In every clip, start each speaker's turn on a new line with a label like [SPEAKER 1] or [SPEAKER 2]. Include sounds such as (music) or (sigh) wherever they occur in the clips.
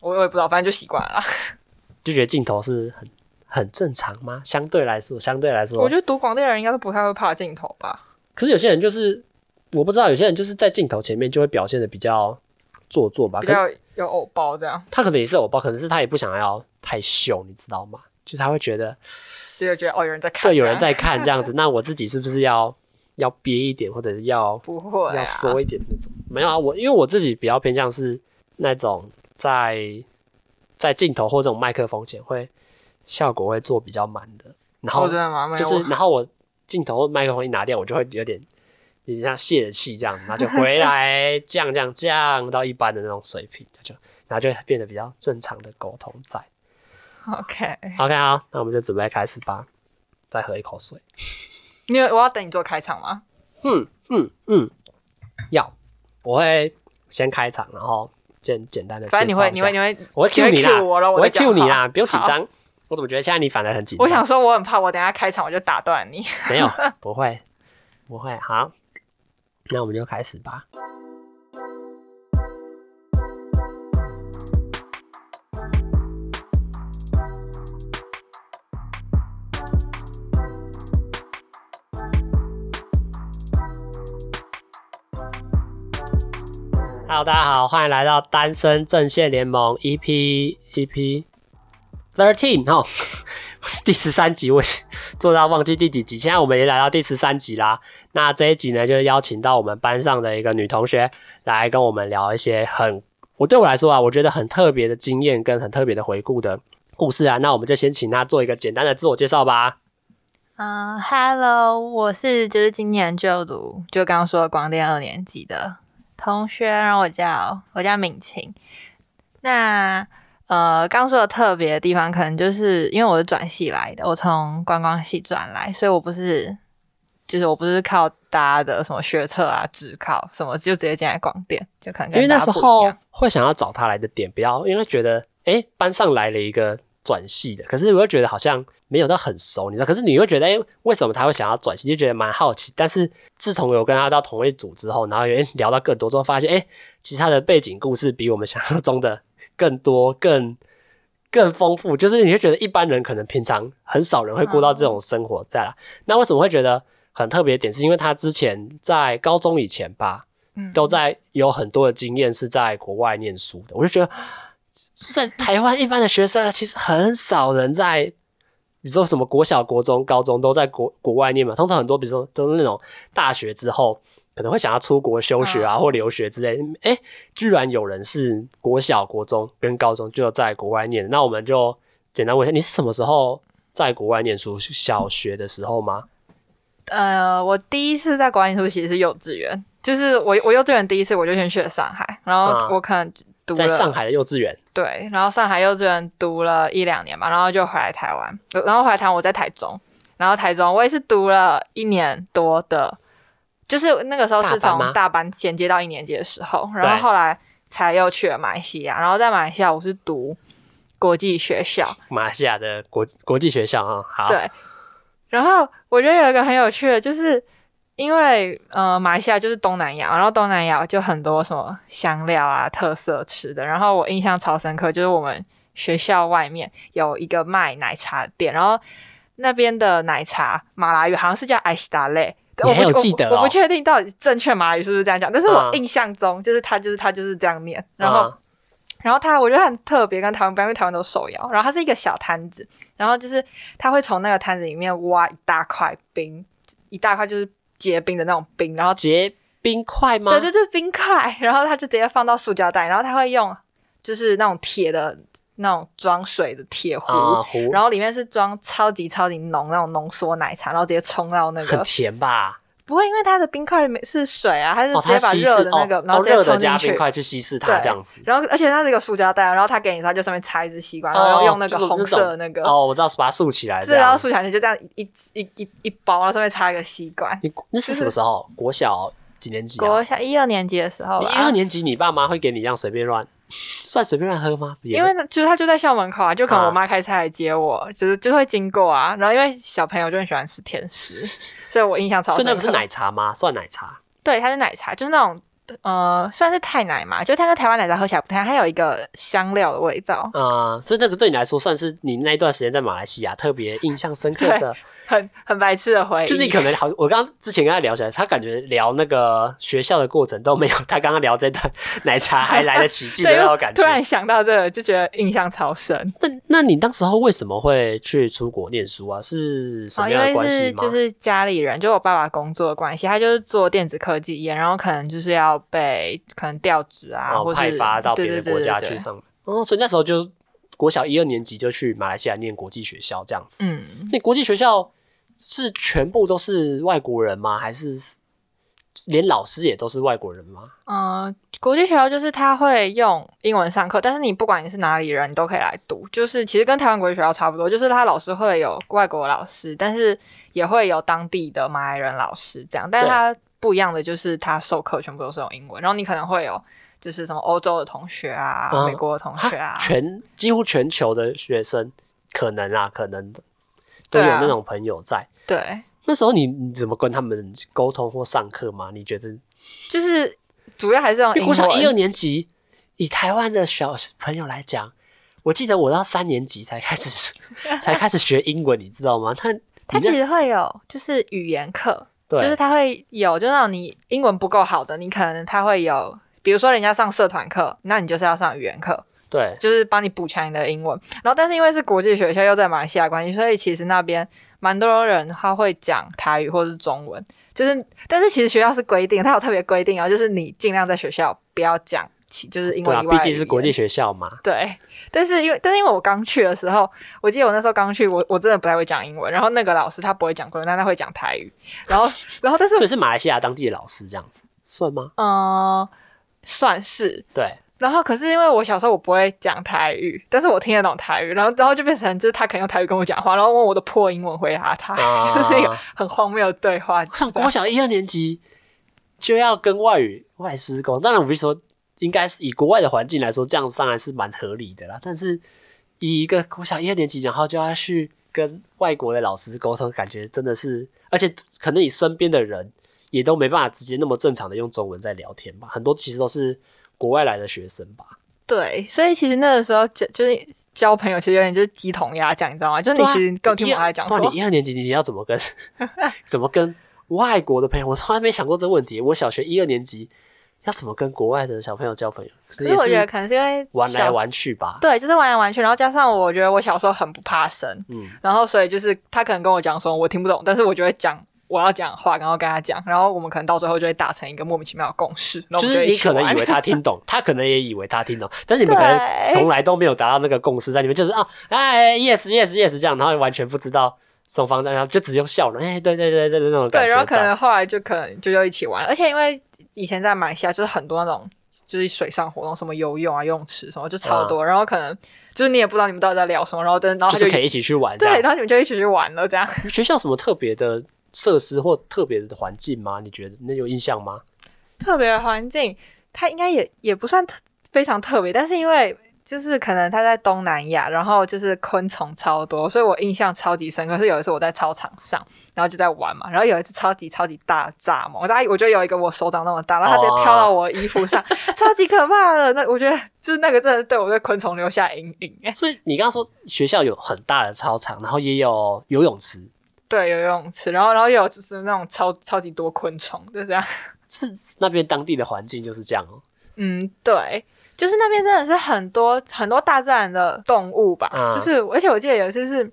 [SPEAKER 1] 我我也不知道，反正就习惯了啦。
[SPEAKER 2] 就觉得镜头是很很正常吗？相对来说，相对来说，
[SPEAKER 1] (laughs) 我觉得读广电的人应该都不太会怕镜头吧？
[SPEAKER 2] 可是有些人就是我不知道，有些人就是在镜头前面就会表现的比较做作吧。
[SPEAKER 1] 比
[SPEAKER 2] 啊可
[SPEAKER 1] 较有偶包这样，
[SPEAKER 2] 他可能也是偶包，可能是他也不想要太秀，你知道吗？就他会觉得
[SPEAKER 1] 就觉得哦有人在看，
[SPEAKER 2] 对有人，在看这
[SPEAKER 1] (laughs)
[SPEAKER 2] 样子，那我自己是不是要要憋一点，或者是要
[SPEAKER 1] 不会、啊
[SPEAKER 2] 要，缩一点那种？没有啊，我因为我自己比较偏向是那种在在镜头或这种麦克风前会效果会做比较满的，然后
[SPEAKER 1] 哦真的吗？没有
[SPEAKER 2] 就是
[SPEAKER 1] 我
[SPEAKER 2] 然后我镜头麦克风一拿掉，我就会有点有点像泄气这样，然后就回来降降降到一般的那种水平，就然后就变得比较正常的沟通在。
[SPEAKER 1] OK，
[SPEAKER 2] OK 好，那我们就准备开始吧，再喝一口水。
[SPEAKER 1] 因为我要等你做开场吗？
[SPEAKER 2] 嗯嗯嗯，要我会先开场，然后简简单的呃介
[SPEAKER 1] 反正
[SPEAKER 2] 绍
[SPEAKER 1] 你会，
[SPEAKER 2] 一
[SPEAKER 1] 你
[SPEAKER 2] 下
[SPEAKER 1] 会，你会，
[SPEAKER 2] 我会 Q
[SPEAKER 1] 你
[SPEAKER 2] 你
[SPEAKER 1] 会
[SPEAKER 2] 啦，
[SPEAKER 1] cue 我了我
[SPEAKER 2] 会
[SPEAKER 1] 再讲
[SPEAKER 2] Q 你
[SPEAKER 1] 好
[SPEAKER 2] 啦，不用紧
[SPEAKER 1] 好
[SPEAKER 2] 张。我怎么觉得现在你反而很紧张？
[SPEAKER 1] 我想说，我很怕，我等一下开场我就打断你。
[SPEAKER 2] (laughs) 没有，不会，不会。好，那我们就开始吧。Hello，大家好，欢迎来到单身阵线联盟 EP EP Thirteen 哦， (laughs) 是第十三集，我已经做到忘记第几集。现在我们也来到第十三集啦。那这一集呢，就是邀请到我们班上的一个女同学来跟我们聊一些很，我对我来说啊，我觉得很特别的经验跟很特别的回顾的故事啊。那我们就先请她做一个简单的自我介绍吧。
[SPEAKER 1] 嗯，Hello，我是就是今年就读就刚刚说的广电二年级的同学，然后我叫我叫敏晴。那呃，刚说的特别的地方，可能就是因为我是转系来的，我从观光系转来，所以我不是就是我不是靠大家的什么学测啊、职考什么，就直接进来广电，就可能跟
[SPEAKER 2] 因为那
[SPEAKER 1] 大家
[SPEAKER 2] 时
[SPEAKER 1] 不一
[SPEAKER 2] 候
[SPEAKER 1] 样
[SPEAKER 2] 会想要找他来的点，不要因为觉得哎、诶班上来了一个转系的，可是我又觉得好像没有到很熟，你知道？可是你会觉得哎、诶为什么他会想要转系？就觉得蛮好奇。但是自从有跟他到同一组之后，然后有、诶聊到更多之后，发现哎、诶其实他的背景故事比我们想象中的更多、 (laughs) 更更丰富。就是你会觉得一般人可能平常很少人会过到这
[SPEAKER 1] 嗯
[SPEAKER 2] 种生活在啦。那为什么会觉得很特别的点，是因为他之前在高中以前吧，
[SPEAKER 1] 嗯
[SPEAKER 2] 都在有很多的经验是在国外念书的，我就觉得是不是台湾一般的学生啊其实很少人在，你说什么国小、国中、高中都在国国外念嘛？通常很多，比如说都是那种大学之后可能会想要出国休学啊、
[SPEAKER 1] 嗯
[SPEAKER 2] 或留学之类，哎、居然有人是国小、国中跟高中就在国外念的，那我们就简单问一下，你是什么时候在国外念书？是小学的时候吗？
[SPEAKER 1] 呃，我第一次在国外念书其实是幼稚园，就是我我幼稚园第一次我就先去了上海，然后
[SPEAKER 2] 嗯
[SPEAKER 1] 我可能读了、
[SPEAKER 2] 在上海的幼稚园。
[SPEAKER 1] 对，然后上海幼稚园读了一两年吧，然后就回来台湾，呃然后回来台湾我在台中，然后台中我也是读了一年多的，就是那个时候是
[SPEAKER 2] 大班吗
[SPEAKER 1] 从大班衔接到一年级的时候，然
[SPEAKER 2] 对
[SPEAKER 1] 后后来才又去了马来西亚，然后在马来西亚我是读国际学校，
[SPEAKER 2] 马来西亚的国国际学校啊，好，
[SPEAKER 1] 对，然后我觉得有一个很有趣的，就是因为呃，马来西亚就是东南亚，然后东南亚就很多什么香料啊、特色吃的。然后我印象超深刻，就是我们学校外面有一个卖奶茶的店，然后那边的奶茶马来语好像是叫艾西达类。
[SPEAKER 2] 你
[SPEAKER 1] 我
[SPEAKER 2] 还
[SPEAKER 1] 不
[SPEAKER 2] 有
[SPEAKER 1] 我
[SPEAKER 2] 记
[SPEAKER 1] 不
[SPEAKER 2] 得
[SPEAKER 1] 我
[SPEAKER 2] 哦
[SPEAKER 1] 不确定到底正确马来语是不是这样讲，但是我
[SPEAKER 2] 嗯
[SPEAKER 1] 印象中就是他就是他就是这样念，然后
[SPEAKER 2] 啊
[SPEAKER 1] 然后它我觉得它很特别，跟台湾不一样，因为台湾都手摇。然后它是一个小摊子，然后就是它会从那个摊子里面挖一大块冰，一大块就是结冰的那种冰，然后
[SPEAKER 2] 结冰块吗？
[SPEAKER 1] 对对对冰块，然后它就直接放到塑胶袋，然后它会用就是那种铁的那种装水的铁壶，
[SPEAKER 2] 啊，糊，
[SPEAKER 1] 然后里面是装超级超级浓那种浓缩奶茶，然后直接冲到那
[SPEAKER 2] 很
[SPEAKER 1] 个
[SPEAKER 2] 甜吧？
[SPEAKER 1] 不会，因为它的冰块没是水啊，它是
[SPEAKER 2] 哦，
[SPEAKER 1] 直
[SPEAKER 2] 它
[SPEAKER 1] 接把
[SPEAKER 2] 稀释
[SPEAKER 1] 热的那个，
[SPEAKER 2] 哦，
[SPEAKER 1] 然后
[SPEAKER 2] 哦
[SPEAKER 1] 直接
[SPEAKER 2] 热
[SPEAKER 1] 冲
[SPEAKER 2] 的
[SPEAKER 1] 进
[SPEAKER 2] 加
[SPEAKER 1] 去
[SPEAKER 2] 冰。块去稀释它
[SPEAKER 1] 对
[SPEAKER 2] 这样子。
[SPEAKER 1] 然后，而且它是一个塑胶袋，啊然后它给你的时候，它就上面插一支吸管，然
[SPEAKER 2] 哦
[SPEAKER 1] 后用那
[SPEAKER 2] 就
[SPEAKER 1] 个
[SPEAKER 2] 是
[SPEAKER 1] 红色的
[SPEAKER 2] 那
[SPEAKER 1] 那个，
[SPEAKER 2] 哦，我知道，把它竖起来
[SPEAKER 1] 这
[SPEAKER 2] 这
[SPEAKER 1] 然后
[SPEAKER 2] 样。
[SPEAKER 1] 竖起来你就这样一一一一一包，然后上面插一个吸管。
[SPEAKER 2] 你那是什么时候？国小几年级啊？
[SPEAKER 1] 国小一啊二年级的时候
[SPEAKER 2] 你
[SPEAKER 1] 吧，
[SPEAKER 2] 一二年级，你爸妈会给你这样随便乱， (laughs) 算随便乱喝吗？也
[SPEAKER 1] 因为呢就是他就在校门口啊，就可能我妈开车来接我，就是就会经过啊。然后因为小朋友就很喜欢
[SPEAKER 2] (laughs)
[SPEAKER 1] 吃甜食，所以我印象超
[SPEAKER 2] 所
[SPEAKER 1] 深
[SPEAKER 2] 以
[SPEAKER 1] 刻。
[SPEAKER 2] 那不是奶茶吗？算奶茶
[SPEAKER 1] 对，它是奶茶，就是那种呃，算是太奶嘛，就它跟台湾奶茶喝起来不太，它有一个香料的味道，
[SPEAKER 2] 啊、所以那个对你来说算是你那一段时间在马来西亚特别印象深刻的，
[SPEAKER 1] 很很白痴的回忆。
[SPEAKER 2] 就你可能好，我刚刚之前跟他聊起来，他感觉聊那个学校的过程都没有他刚刚聊这段奶茶还来得起劲的
[SPEAKER 1] 对
[SPEAKER 2] 那种
[SPEAKER 1] 我
[SPEAKER 2] 感
[SPEAKER 1] 突然
[SPEAKER 2] 觉。
[SPEAKER 1] 想到这个，就觉得印象超深。
[SPEAKER 2] 那那你当时候为什么会去出国念书啊？是什
[SPEAKER 1] 哦，
[SPEAKER 2] 么
[SPEAKER 1] 因
[SPEAKER 2] 样的
[SPEAKER 1] 为
[SPEAKER 2] 关系
[SPEAKER 1] 是
[SPEAKER 2] 吗？
[SPEAKER 1] 就是家里人，就我爸爸工作的关系，他就是做电子科技业，然后可能就是要被可能调职啊，
[SPEAKER 2] 然后
[SPEAKER 1] 或是
[SPEAKER 2] 哦派发到
[SPEAKER 1] 对
[SPEAKER 2] 别的
[SPEAKER 1] 对
[SPEAKER 2] 国
[SPEAKER 1] 对
[SPEAKER 2] 家
[SPEAKER 1] 对
[SPEAKER 2] 去
[SPEAKER 1] 对
[SPEAKER 2] 上班。哦，所以那时候就国小一二年级就去马来西亚念国际学校这样子。
[SPEAKER 1] 嗯，
[SPEAKER 2] 那国际学校是全部都是外国人吗？还是连老师也都是外国人吗？
[SPEAKER 1] 呃，国际学校就是他会用英文上课，但是你不管你是哪里人，你都可以来读。就是其实跟台湾国际学校差不多，就是他老师会有外国老师，但是也会有当地的马来人老师这样。但
[SPEAKER 2] 对
[SPEAKER 1] 他不一样的就是他授课全部都是用英文，然后你可能会有就是什么欧洲的同学啊、
[SPEAKER 2] 啊
[SPEAKER 1] 美国的同学啊，
[SPEAKER 2] 全几乎全球的学生，可能啊，可能都
[SPEAKER 1] 对
[SPEAKER 2] 有
[SPEAKER 1] 啊
[SPEAKER 2] 那种朋友在。
[SPEAKER 1] 对，
[SPEAKER 2] 那时候你你怎么跟他们沟通或上课吗？你觉得？因
[SPEAKER 1] 就是主要还是用
[SPEAKER 2] 为
[SPEAKER 1] 哦英
[SPEAKER 2] 国
[SPEAKER 1] 文。
[SPEAKER 2] 小一二年级，以台湾的小朋友来讲，我记得我到三年级才开始 (laughs) 才开始学英文，你知道吗？他
[SPEAKER 1] 他
[SPEAKER 2] 你
[SPEAKER 1] 其
[SPEAKER 2] 那
[SPEAKER 1] 实会有就是语言课，
[SPEAKER 2] 对
[SPEAKER 1] 就是他会有，就那种你英文不够好的，你可能他会有，比如说人家上社团课，那你就是要上语言课，
[SPEAKER 2] 对啊
[SPEAKER 1] 就是帮你补强你的英文。然后，但是因为是国际学校，又在马来西亚关系，所以其实那边蛮多人他会讲台语或是中文，就是但是其实学校是规定，他有特别规定哦，就是你尽量在学校不要讲其就是英
[SPEAKER 2] 对
[SPEAKER 1] 文
[SPEAKER 2] 啊，
[SPEAKER 1] 以外
[SPEAKER 2] 毕
[SPEAKER 1] 的
[SPEAKER 2] 竟
[SPEAKER 1] 语
[SPEAKER 2] 是国
[SPEAKER 1] 言
[SPEAKER 2] 际学校嘛。
[SPEAKER 1] 对，但是因为但是因为我刚去的时候，我记得我那时候刚去，我我真的不太会讲英文。然后那个老师他不会讲国语，但他会讲台语。
[SPEAKER 2] (laughs)
[SPEAKER 1] 然后然后但是
[SPEAKER 2] 所以是马来西亚当地的老师这样子算吗？
[SPEAKER 1] 嗯、呃算是。
[SPEAKER 2] 对，
[SPEAKER 1] 然后可是因为我小时候我不会讲台语，但是我听得懂台语，然后然后就变成就是他可能用台语跟我讲话，然后用我的破英文回答他，(laughs)
[SPEAKER 2] 啊
[SPEAKER 1] 就是一个很荒谬的对话。
[SPEAKER 2] 看 (laughs) 国小一二年级就要跟外语外师沟通，当然我必须说，应该是以国外的环境来说，这样当然是蛮合理的啦。但是以一个国小一二年级，然后就要去跟外国的老师沟通，感觉真的是，而且可能你身边的人也都没办法直接那么正常的用中文在聊天吧，很多其实都是国外来的学生吧。
[SPEAKER 1] 对，所以其实那个时候就就是。交朋友其实有点就是鸡同鸭讲，你知道吗？就是你
[SPEAKER 2] 对啊
[SPEAKER 1] 其实根本听不懂他在讲
[SPEAKER 2] 不
[SPEAKER 1] 什
[SPEAKER 2] 然
[SPEAKER 1] 么
[SPEAKER 2] 你。一二年级你要怎么
[SPEAKER 1] (laughs)
[SPEAKER 2] 跟怎么跟外国的朋友？我从来没想过这个问题。我小学一二年级要怎么跟国外的小朋友交朋友？可
[SPEAKER 1] 可
[SPEAKER 2] 能也
[SPEAKER 1] 是我觉得
[SPEAKER 2] 是
[SPEAKER 1] 可能是因为
[SPEAKER 2] 玩来
[SPEAKER 1] 小
[SPEAKER 2] 玩去吧。
[SPEAKER 1] 对，就是玩来玩去，然后加上我觉得我小时候很不怕生，
[SPEAKER 2] 嗯
[SPEAKER 1] 然后所以就是他可能跟我讲说我听不懂，但是我就会讲我要讲的话，然后跟他讲，然后我们可能到最后就会达成一个莫名其妙的共识，然后
[SPEAKER 2] 就
[SPEAKER 1] 我们
[SPEAKER 2] 是
[SPEAKER 1] 一
[SPEAKER 2] 你
[SPEAKER 1] 起
[SPEAKER 2] 可
[SPEAKER 1] 玩
[SPEAKER 2] 能以为他
[SPEAKER 1] (laughs)
[SPEAKER 2] 听懂，他可能也以为他听懂，但是你们可能
[SPEAKER 1] 对
[SPEAKER 2] 从来都没有达到那个共识，在你们就是啊，哎，yes yes yes 这样，然后完全不知道双方在，然后就只用笑容，哎，对对对对对那种感
[SPEAKER 1] 对，
[SPEAKER 2] 觉在。
[SPEAKER 1] 然后可能后来就可能就就一起玩，而且因为以前在马来西亚就是很多那种。就是水上活动，什么游泳啊、游泳池什么，就超多。然后可能就是你也不知道你们到底在聊什么，然后等，然后
[SPEAKER 2] 嗯就
[SPEAKER 1] 他就是
[SPEAKER 2] 可以一起去玩这
[SPEAKER 1] 对，
[SPEAKER 2] 样。
[SPEAKER 1] 然后你们就一起去玩了，这样。
[SPEAKER 2] 学校有什么特别的设施或特别的环境吗？你觉得那有印象吗？
[SPEAKER 1] 特别的环境，它应该也也不算特非常特别，但是因为就是可能它在东南亚，然后就是昆虫超多，所以我印象超级深刻。是有一次我在操场上，然后就在玩嘛，然后有一次超级超级大的蚱蜢，我大概我觉得有一个我手掌那么大，然后它直接跳到我衣服上，超级可怕的。那我觉得就是那个真的对我对昆虫留下阴影。哎，
[SPEAKER 2] 所以你刚刚说学校有很大的操场，然后也有游泳池，
[SPEAKER 1] 对，有游泳池，然后然后又有就是那种超超级多昆虫，就这样。
[SPEAKER 2] 是那边当地的环境就是这样哦、
[SPEAKER 1] 嗯，对，就是那边真的是很多很多大自然的动物吧，
[SPEAKER 2] 嗯
[SPEAKER 1] 就是而且我记得有一次是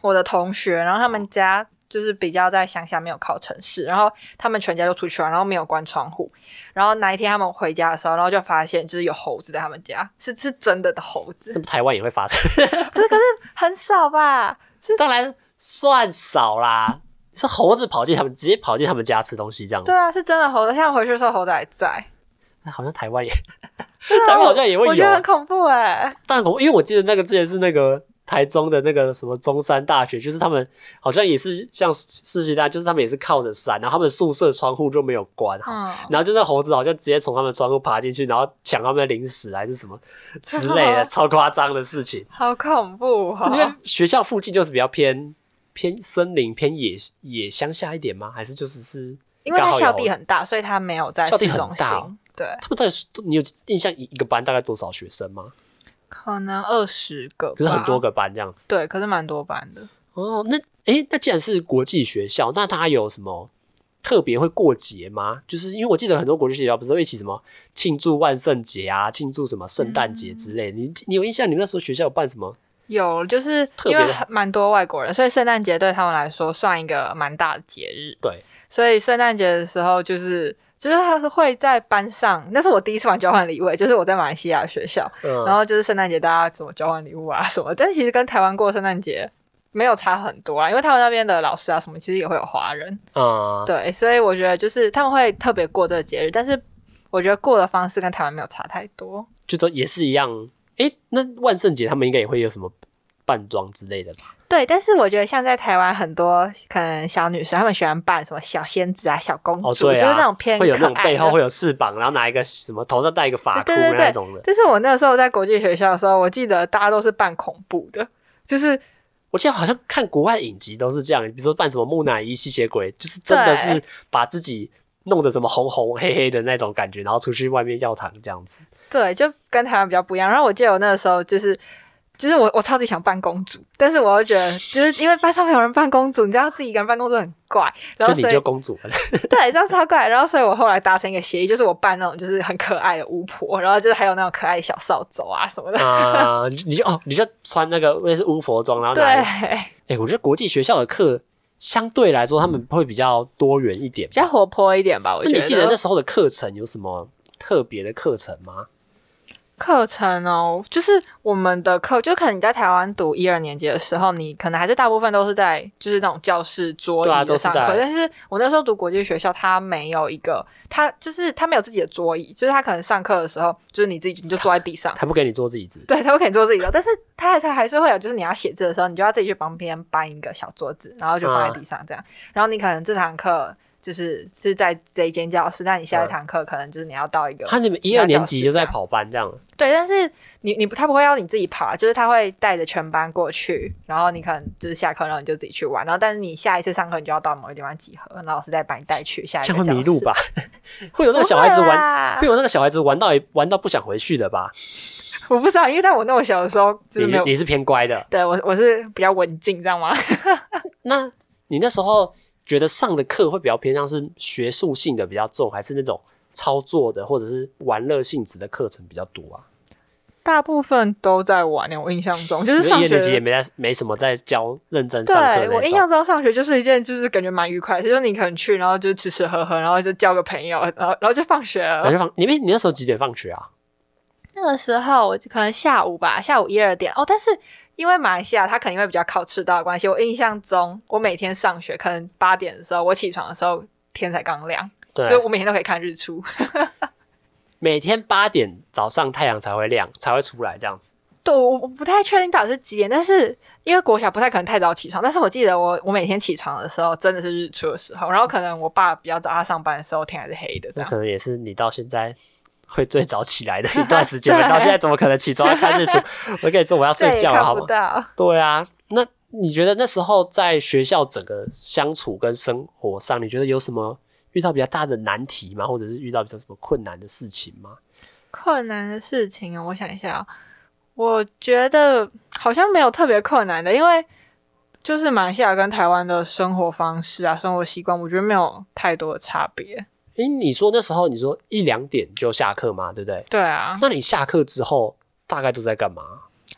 [SPEAKER 1] 我的同学，然后他们家就是比较在乡下，没有靠城市，然后他们全家就出去玩，然后没有关窗户，然后哪一天他们回家的时候，然后就发现就是有猴子在他们家，是是真的的猴
[SPEAKER 2] 那
[SPEAKER 1] 子，
[SPEAKER 2] 么台湾也会发生，
[SPEAKER 1] 很少吧？是，
[SPEAKER 2] 当然算少啦。是猴子跑进他们，直接跑进他们家吃东西这样子
[SPEAKER 1] 对。啊，是真的猴子。像回去的时候，猴子还在，
[SPEAKER 2] 那好像台湾也，
[SPEAKER 1] (laughs) 对啊
[SPEAKER 2] 台湾好像也会
[SPEAKER 1] 我觉
[SPEAKER 2] 有
[SPEAKER 1] 得
[SPEAKER 2] 啊
[SPEAKER 1] 很恐怖哎、
[SPEAKER 2] 但我因为我记得那个之前是那个台中的那个什么中山大学，就是他们好像也是像世世纪大，就是他们也是靠着山，然后他们宿舍窗户就没有关好，
[SPEAKER 1] 嗯，
[SPEAKER 2] 然后就那猴子好像直接从他们窗户爬进去，然后抢他们的零食还是什么之类
[SPEAKER 1] (laughs)
[SPEAKER 2] 的，超夸张的事情。
[SPEAKER 1] 好恐怖
[SPEAKER 2] 是因为
[SPEAKER 1] 哦。
[SPEAKER 2] 学校附近就是比较偏偏森林、偏野野乡下一点吗？还是就是是
[SPEAKER 1] 因为
[SPEAKER 2] 刚
[SPEAKER 1] 他
[SPEAKER 2] 好
[SPEAKER 1] 校
[SPEAKER 2] 有
[SPEAKER 1] 地很大，所以他没有在
[SPEAKER 2] 校地
[SPEAKER 1] 市
[SPEAKER 2] 很
[SPEAKER 1] 中
[SPEAKER 2] 大哦
[SPEAKER 1] 心。对，
[SPEAKER 2] 他们到底是你有印象一一个班大概多少学生吗？
[SPEAKER 1] 可能二十个，
[SPEAKER 2] 可是很多。个班这样子。
[SPEAKER 1] 对，可是蛮多班的。
[SPEAKER 2] 哦，那诶、那既然是国际学校，那它有什么特别会过节吗？就是因为我记得很多国际学校不是会一起什么庆祝万圣节啊，庆祝什么圣诞节
[SPEAKER 1] 嗯
[SPEAKER 2] 之类的。你你有印象？你们那时候学校有办什么？
[SPEAKER 1] 有，就是
[SPEAKER 2] 特
[SPEAKER 1] 因
[SPEAKER 2] 别
[SPEAKER 1] 为
[SPEAKER 2] 的
[SPEAKER 1] 蛮多外国人，所以圣诞节对他们来说算一个蛮大的节日。
[SPEAKER 2] 对，
[SPEAKER 1] 所以圣诞节的时候，就是就是他会在班上，那是我第一次玩交换礼物，欸就是我在马来西亚学校，
[SPEAKER 2] 嗯，
[SPEAKER 1] 然后就是圣诞节大家怎么交换礼物啊什么，但是其实跟台湾过圣诞节没有差很多啊，因为他们那边的老师啊什么，其实也会有华人，
[SPEAKER 2] 嗯
[SPEAKER 1] 对，所以我觉得就是他们会特别过这个节日，但是我觉得过的方式跟台湾没有差太多。
[SPEAKER 2] 就都也是一样。诶、那万圣节他们应该也会有什么扮装之类的吧？
[SPEAKER 1] 对，但是我觉得像在台湾很多可能小女生，她们喜欢扮什么小仙子啊、小公主，
[SPEAKER 2] 哦，对啊，
[SPEAKER 1] 就是那种偏
[SPEAKER 2] 会有
[SPEAKER 1] 可
[SPEAKER 2] 那种
[SPEAKER 1] 爱
[SPEAKER 2] 背
[SPEAKER 1] 的
[SPEAKER 2] 后会有翅膀，然后拿一个什么头上戴一个发箍
[SPEAKER 1] 对对对
[SPEAKER 2] 那种的。
[SPEAKER 1] 但是我那时候在国际学校的时候，我记得大家都是扮恐怖的，就是
[SPEAKER 2] 我记得好像看国外影集都是这样，比如说扮什么木乃伊、吸血鬼，就是真的是把自己弄得什么红红黑黑的那种感觉，然后出去外面要糖这样子。
[SPEAKER 1] 对，就跟台湾比较不一样。然后我记得我那个时候就是。就是我，我超级想扮公主，但是我又觉得，就是因为班上没有人扮公主，你知道自己一个人扮公主很怪，然
[SPEAKER 2] 就
[SPEAKER 1] 后
[SPEAKER 2] 你
[SPEAKER 1] 所以
[SPEAKER 2] 就公主了， (laughs)
[SPEAKER 1] 对，这样超怪。然后，所以我后来达成一个协议，就是我扮那种就是很可爱的巫婆，然后就是还有那种可爱的小扫帚啊什么
[SPEAKER 2] (laughs)
[SPEAKER 1] 的。
[SPEAKER 2] 啊、你就哦，你就穿那个类似巫婆装，然后
[SPEAKER 1] 对
[SPEAKER 2] 拿。哎、我觉得国际学校的课相对来说他们会比较多元一点
[SPEAKER 1] 比。较活泼一点吧，我
[SPEAKER 2] 那
[SPEAKER 1] 觉
[SPEAKER 2] 你记得
[SPEAKER 1] 得
[SPEAKER 2] 那。时候的课程有什么特别的课程吗？
[SPEAKER 1] 课程哦，就是我们的课，就可能你在台湾读一二年级的时候，你可能还是大部分都是在就是那种教室桌
[SPEAKER 2] 对啊
[SPEAKER 1] 椅的上课。
[SPEAKER 2] 都是在
[SPEAKER 1] 但是我那时候读国际学校，它没有一个，它就是它没有自己的桌椅，就是它可能上课的时候，就是你自己你就坐在地上。
[SPEAKER 2] 他不给你做自己字，
[SPEAKER 1] (laughs) 对，他会可以做自己的，但是他还他还是会有，就是你要写字的时候，你就要自己去帮别人搬一个小桌子，然后就
[SPEAKER 2] 嗯
[SPEAKER 1] 放在地上这样。然后你可能这堂课就是是在这一间教室，那你下一
[SPEAKER 2] 嗯
[SPEAKER 1] 堂课可能就是你要到一个
[SPEAKER 2] 他你们
[SPEAKER 1] 其
[SPEAKER 2] 一
[SPEAKER 1] 他
[SPEAKER 2] 二年
[SPEAKER 1] 教室
[SPEAKER 2] 级就
[SPEAKER 1] 这
[SPEAKER 2] 在
[SPEAKER 1] 样
[SPEAKER 2] 跑班这样，
[SPEAKER 1] 对，但是你你不他不会要你自己跑啊，就是他会带着全班过去，然后你可能就是下课，然后你就自己去玩，然后但是你下一次上课你就要到某个地方集合，然后老师再把你带去下一
[SPEAKER 2] 这
[SPEAKER 1] 个
[SPEAKER 2] 样会迷
[SPEAKER 1] 教
[SPEAKER 2] 路
[SPEAKER 1] 室？
[SPEAKER 2] 吧？ (laughs) 会有那个小孩子
[SPEAKER 1] 不会啊
[SPEAKER 2] 玩
[SPEAKER 1] 啦
[SPEAKER 2] 会有那个小孩子玩到玩到不想回去的吧？
[SPEAKER 1] 我不知道，因为在我那么小的时候就是
[SPEAKER 2] 你
[SPEAKER 1] 没
[SPEAKER 2] 是
[SPEAKER 1] 有。
[SPEAKER 2] 你是偏乖的，
[SPEAKER 1] 对我我是比较文静，这样吗？
[SPEAKER 2] 那你那时候觉得上的课会比较偏向是学术性的比较重，还是那种操作的或者是玩乐性质的课程比较多啊？
[SPEAKER 1] 大部分都在玩欸呢，我印象中就是
[SPEAKER 2] 因为
[SPEAKER 1] 上
[SPEAKER 2] 一二
[SPEAKER 1] 学
[SPEAKER 2] 年级也没在没什么在教认真上课
[SPEAKER 1] 对我
[SPEAKER 2] 那
[SPEAKER 1] 印
[SPEAKER 2] 种
[SPEAKER 1] 象。中上学就是一件就是感觉蛮愉快的，就是你可能去，然后就吃吃喝喝，然后就交个朋友，然后然后就放学了
[SPEAKER 2] 感。觉放你们你那时候几点放学啊？
[SPEAKER 1] 那个时候我就可能下午吧，下午一二点哦。但是因为马来西亚它肯定会比较靠赤道的关系，我印象中我每天上学可能八点的时候，我起床的时候天才刚亮，
[SPEAKER 2] 对
[SPEAKER 1] 所以，我每天都可以看日出。
[SPEAKER 2] 每天八点早上太阳才会亮，才会出来这样子。
[SPEAKER 1] 对，我我不太确定到底是几点，但是因为国小不太可能太早起床，但是我记得我我每天起床的时候真的是日出的时候，然后可能我爸比较早，他上班的时候天还是黑的这
[SPEAKER 2] 那
[SPEAKER 1] 样。
[SPEAKER 2] 可能也是你到现在会最早起来的
[SPEAKER 1] (laughs)
[SPEAKER 2] 一段时间吧。到现在怎么可能起床要看日出？我跟你说，我要 (laughs) 睡
[SPEAKER 1] 对，
[SPEAKER 2] 觉了，
[SPEAKER 1] 看
[SPEAKER 2] 好
[SPEAKER 1] 不
[SPEAKER 2] 吗？
[SPEAKER 1] 到。
[SPEAKER 2] 对啊，那你觉得那时候在学校整个相处跟生活上，你觉得有什么遇到比较大的难题吗？或者是遇到比较什么困难的事情吗？
[SPEAKER 1] 困难的事情啊，我想一下、哦，我觉得好像没有特别困难的，因为就是马来西亚跟台湾的生活方式啊、生活习惯，我觉得没有太多的差别。
[SPEAKER 2] 诶，你说那时候你说一两点就下课嘛，对不对？
[SPEAKER 1] 对啊，
[SPEAKER 2] 那你下课之后大概都在干嘛？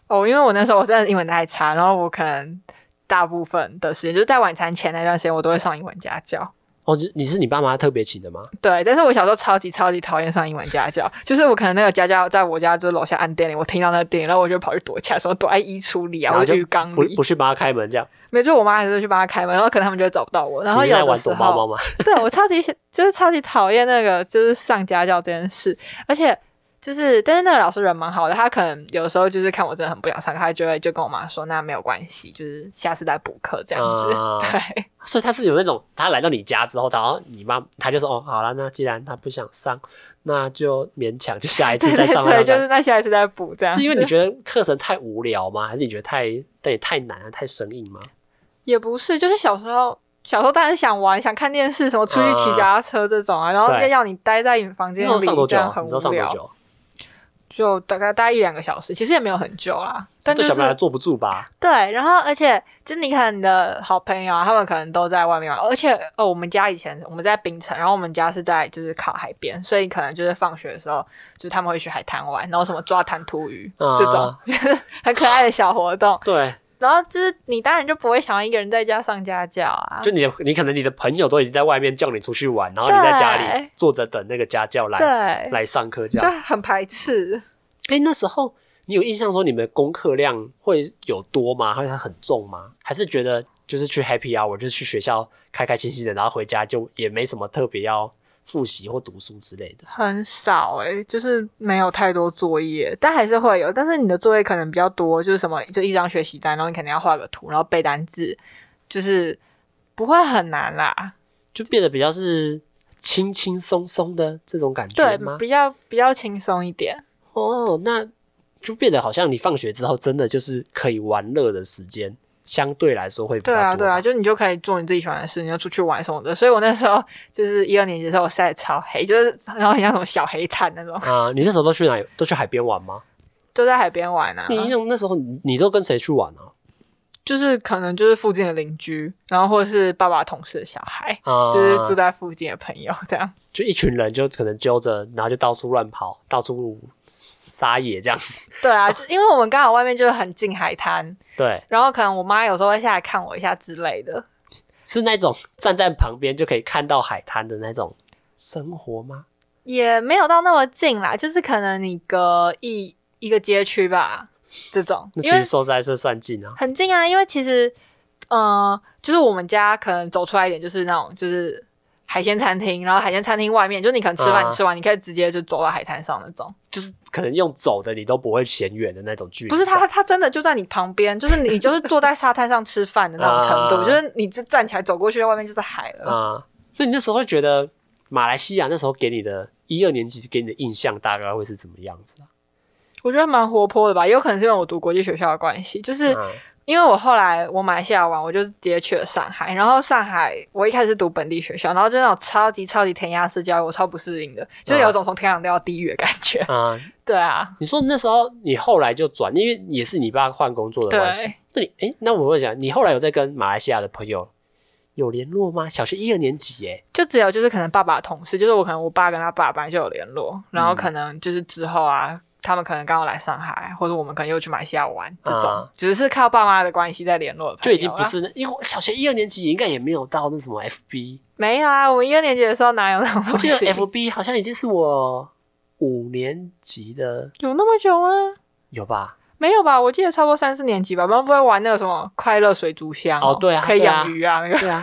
[SPEAKER 1] 哦，因为我那时候我真的英文太差，然后我可能大部分的时间就是在晚餐前那段时间，我都会上英文家教。
[SPEAKER 2] 哦，你是你爸妈特别请的吗？
[SPEAKER 1] 对，但是我小时候超级超级讨厌上英文家教， (laughs) 就是我可能那个家教在我家就是楼下按电铃，我听到那个电铃，然后我就跑去躲起来，什么躲在衣橱里啊，
[SPEAKER 2] 然后
[SPEAKER 1] 或
[SPEAKER 2] 就
[SPEAKER 1] 者浴缸
[SPEAKER 2] 不
[SPEAKER 1] 里，
[SPEAKER 2] 不去帮他开门这样？
[SPEAKER 1] 没有，就我妈还是去帮她开门，然后可能他们就会找不到我。然后
[SPEAKER 2] 你是在
[SPEAKER 1] 有的
[SPEAKER 2] 玩
[SPEAKER 1] 时
[SPEAKER 2] 躲猫猫
[SPEAKER 1] 候，
[SPEAKER 2] 吗？
[SPEAKER 1] 对我超级就是超级讨厌那个就是上家教这件事，而且就是但是那个老师人蛮好的，他可能有时候就是看我真的很不想上课，他就会就跟我妈说那没有关系，就是下次再补课这样子。
[SPEAKER 2] 啊
[SPEAKER 1] 对
[SPEAKER 2] 所以他是有那种，他来到你家之后，然后你妈他就说哦，好了，那既然他不想上，那就勉强就下一次
[SPEAKER 1] 对
[SPEAKER 2] 再
[SPEAKER 1] 对
[SPEAKER 2] 上
[SPEAKER 1] 对，
[SPEAKER 2] 来。
[SPEAKER 1] 就是那下一次再补这样子。
[SPEAKER 2] 是因为你觉得课程太啊无聊吗？还是你觉得太但也太难了、太生硬吗？
[SPEAKER 1] 也不是，就是小时候。小时候当然想玩，想看电视，什么出去骑脚踏车这种啊，然后
[SPEAKER 2] 嗯对
[SPEAKER 1] 再要你待在你房
[SPEAKER 2] 你
[SPEAKER 1] 间
[SPEAKER 2] 知道上
[SPEAKER 1] 里，
[SPEAKER 2] 多
[SPEAKER 1] 这
[SPEAKER 2] 久
[SPEAKER 1] 样
[SPEAKER 2] 啊？
[SPEAKER 1] 很
[SPEAKER 2] 你知道
[SPEAKER 1] 无
[SPEAKER 2] 上多
[SPEAKER 1] 聊。
[SPEAKER 2] 久？
[SPEAKER 1] 就大概待一两个小时，其实也没有很久啦，但就
[SPEAKER 2] 对小朋友来
[SPEAKER 1] 是
[SPEAKER 2] 坐不住吧？
[SPEAKER 1] 对，然后而且就你看你的好朋友啊，他们可能都在外面玩，而且哦，我们家以前我们在槟城，然后我们家是在就是靠海边，所以可能就是放学的时候，就是他们会去海滩玩，然后什么抓弹涂鱼、
[SPEAKER 2] 啊
[SPEAKER 1] 这种很可爱的小活动，
[SPEAKER 2] 对，
[SPEAKER 1] 然后就是你当然就不会想要一个人在家上家教啊，
[SPEAKER 2] 就你的你可能你的朋友都已经在外面叫你出去玩，然后你在家里
[SPEAKER 1] 对
[SPEAKER 2] 坐着等那个家教来
[SPEAKER 1] 对，
[SPEAKER 2] 来上课这
[SPEAKER 1] 就
[SPEAKER 2] 样。
[SPEAKER 1] 很排斥。
[SPEAKER 2] 哎、那时候你有印象说你们功课量会有多吗？还是很重吗？还是觉得就是去 Happy Hour 就是去学校开开心心的，然后回家就也没什么特别要复习或读书之类的？
[SPEAKER 1] 很少诶、就是没有太多作业，但还是会有。但是你的作业可能比较多，就是什么就一张学习单，然后你可能要画个图，然后背单字，就是不会很难啦。
[SPEAKER 2] 就变得比较是轻轻松松的这种感觉
[SPEAKER 1] 对
[SPEAKER 2] 吗，？
[SPEAKER 1] 比较比较轻松一点。
[SPEAKER 2] 哦，那就变得好像你放学之后真的就是可以玩乐的时间，相对来说会比较
[SPEAKER 1] 对
[SPEAKER 2] 多吧。
[SPEAKER 1] 啊，对啊，就你就可以做你自己喜欢的事，你就出去玩什么的。所以我那时候就是一二年级的时候，我晒得超黑，就是然后很像什么小黑炭那种，
[SPEAKER 2] 啊、你那时候都去哪里？都去海边玩吗？
[SPEAKER 1] 就在海边玩啊。
[SPEAKER 2] 你印象那时候你你都跟谁去玩啊？
[SPEAKER 1] 就是可能就是附近的邻居，然后或者是爸爸同事的小孩，
[SPEAKER 2] 啊、
[SPEAKER 1] 就是住在附近的朋友这样。
[SPEAKER 2] 就一群人就可能揪着，然后就到处乱跑，到处撒野这样子。
[SPEAKER 1] (laughs) 对啊，就因为我们刚好外面就是很近海滩，
[SPEAKER 2] 对，
[SPEAKER 1] 然后可能我妈有时候会下来看我一下之类的。
[SPEAKER 2] 是那种站在旁边就可以看到海滩的那种生活吗？
[SPEAKER 1] 也没有到那么近啦，就是可能你隔一一个街区吧，这种，
[SPEAKER 2] 那其
[SPEAKER 1] 因为
[SPEAKER 2] 实说实在是算近啊。
[SPEAKER 1] 很近啊，因为其实，呃，就是我们家可能走出来一点，就是那种就是海鲜餐厅，然后海鲜餐厅外面，就是你可能吃饭、
[SPEAKER 2] 啊
[SPEAKER 1] 你吃完，你可以直接就走到海滩上那种，
[SPEAKER 2] 就是可能用走的你都不会嫌远的那种距离。
[SPEAKER 1] 不是它，它真的就在你旁边，就是你就是坐在沙滩上吃饭的那种程度，
[SPEAKER 2] 啊
[SPEAKER 1] 就是你这站起来走过去，外面就是海了。
[SPEAKER 2] 啊、那你那时候会觉得马来西亚那时候给你的一二年级给你的印象大概会是怎么样子啊？
[SPEAKER 1] 我觉得蛮活泼的吧，也有可能是因为我读国际学校的关系，就是
[SPEAKER 2] 嗯
[SPEAKER 1] 因为我后来我马来西亚玩，我就直接去了上海，然后上海我一开始读本地学校，然后就那种超级超级填鸭式教育，我超不适应的，就是有种从天堂掉到地狱的感觉。 (laughs)
[SPEAKER 2] 啊、
[SPEAKER 1] 对啊，
[SPEAKER 2] 你说那时候你后来就转，因为也是你爸换工作的关系
[SPEAKER 1] 对。
[SPEAKER 2] 那你哎、那我问一下，你后来有在跟马来西亚的朋友有联络吗？小学一二年级耶、
[SPEAKER 1] 就只有就是可能爸爸的同事，就是我可能我爸跟他爸本来就有联络，然后
[SPEAKER 2] 嗯
[SPEAKER 1] 可能就是之后啊。他们可能刚好来上海，或者我们可能又去马来西亚玩，这种、
[SPEAKER 2] 啊
[SPEAKER 1] 只是靠爸妈的关系在联络的朋
[SPEAKER 2] 就
[SPEAKER 1] 友
[SPEAKER 2] 已经不
[SPEAKER 1] 啦
[SPEAKER 2] 是那，因为我小学一二年级应该也没有到那什么 FB，
[SPEAKER 1] 没有啊。我们一二年级的时候哪有那种
[SPEAKER 2] 我
[SPEAKER 1] 东
[SPEAKER 2] 记
[SPEAKER 1] 西
[SPEAKER 2] 得？FB 好像已经是我五年级的
[SPEAKER 1] (laughs) 有那么久吗？
[SPEAKER 2] 有吧？
[SPEAKER 1] 没有吧？我记得差不多三四年级吧，不然不会玩那个什么快乐水族箱
[SPEAKER 2] 哦对啊
[SPEAKER 1] 可以养鱼啊，那 (laughs)
[SPEAKER 2] (laughs)
[SPEAKER 1] 个
[SPEAKER 2] 对啊。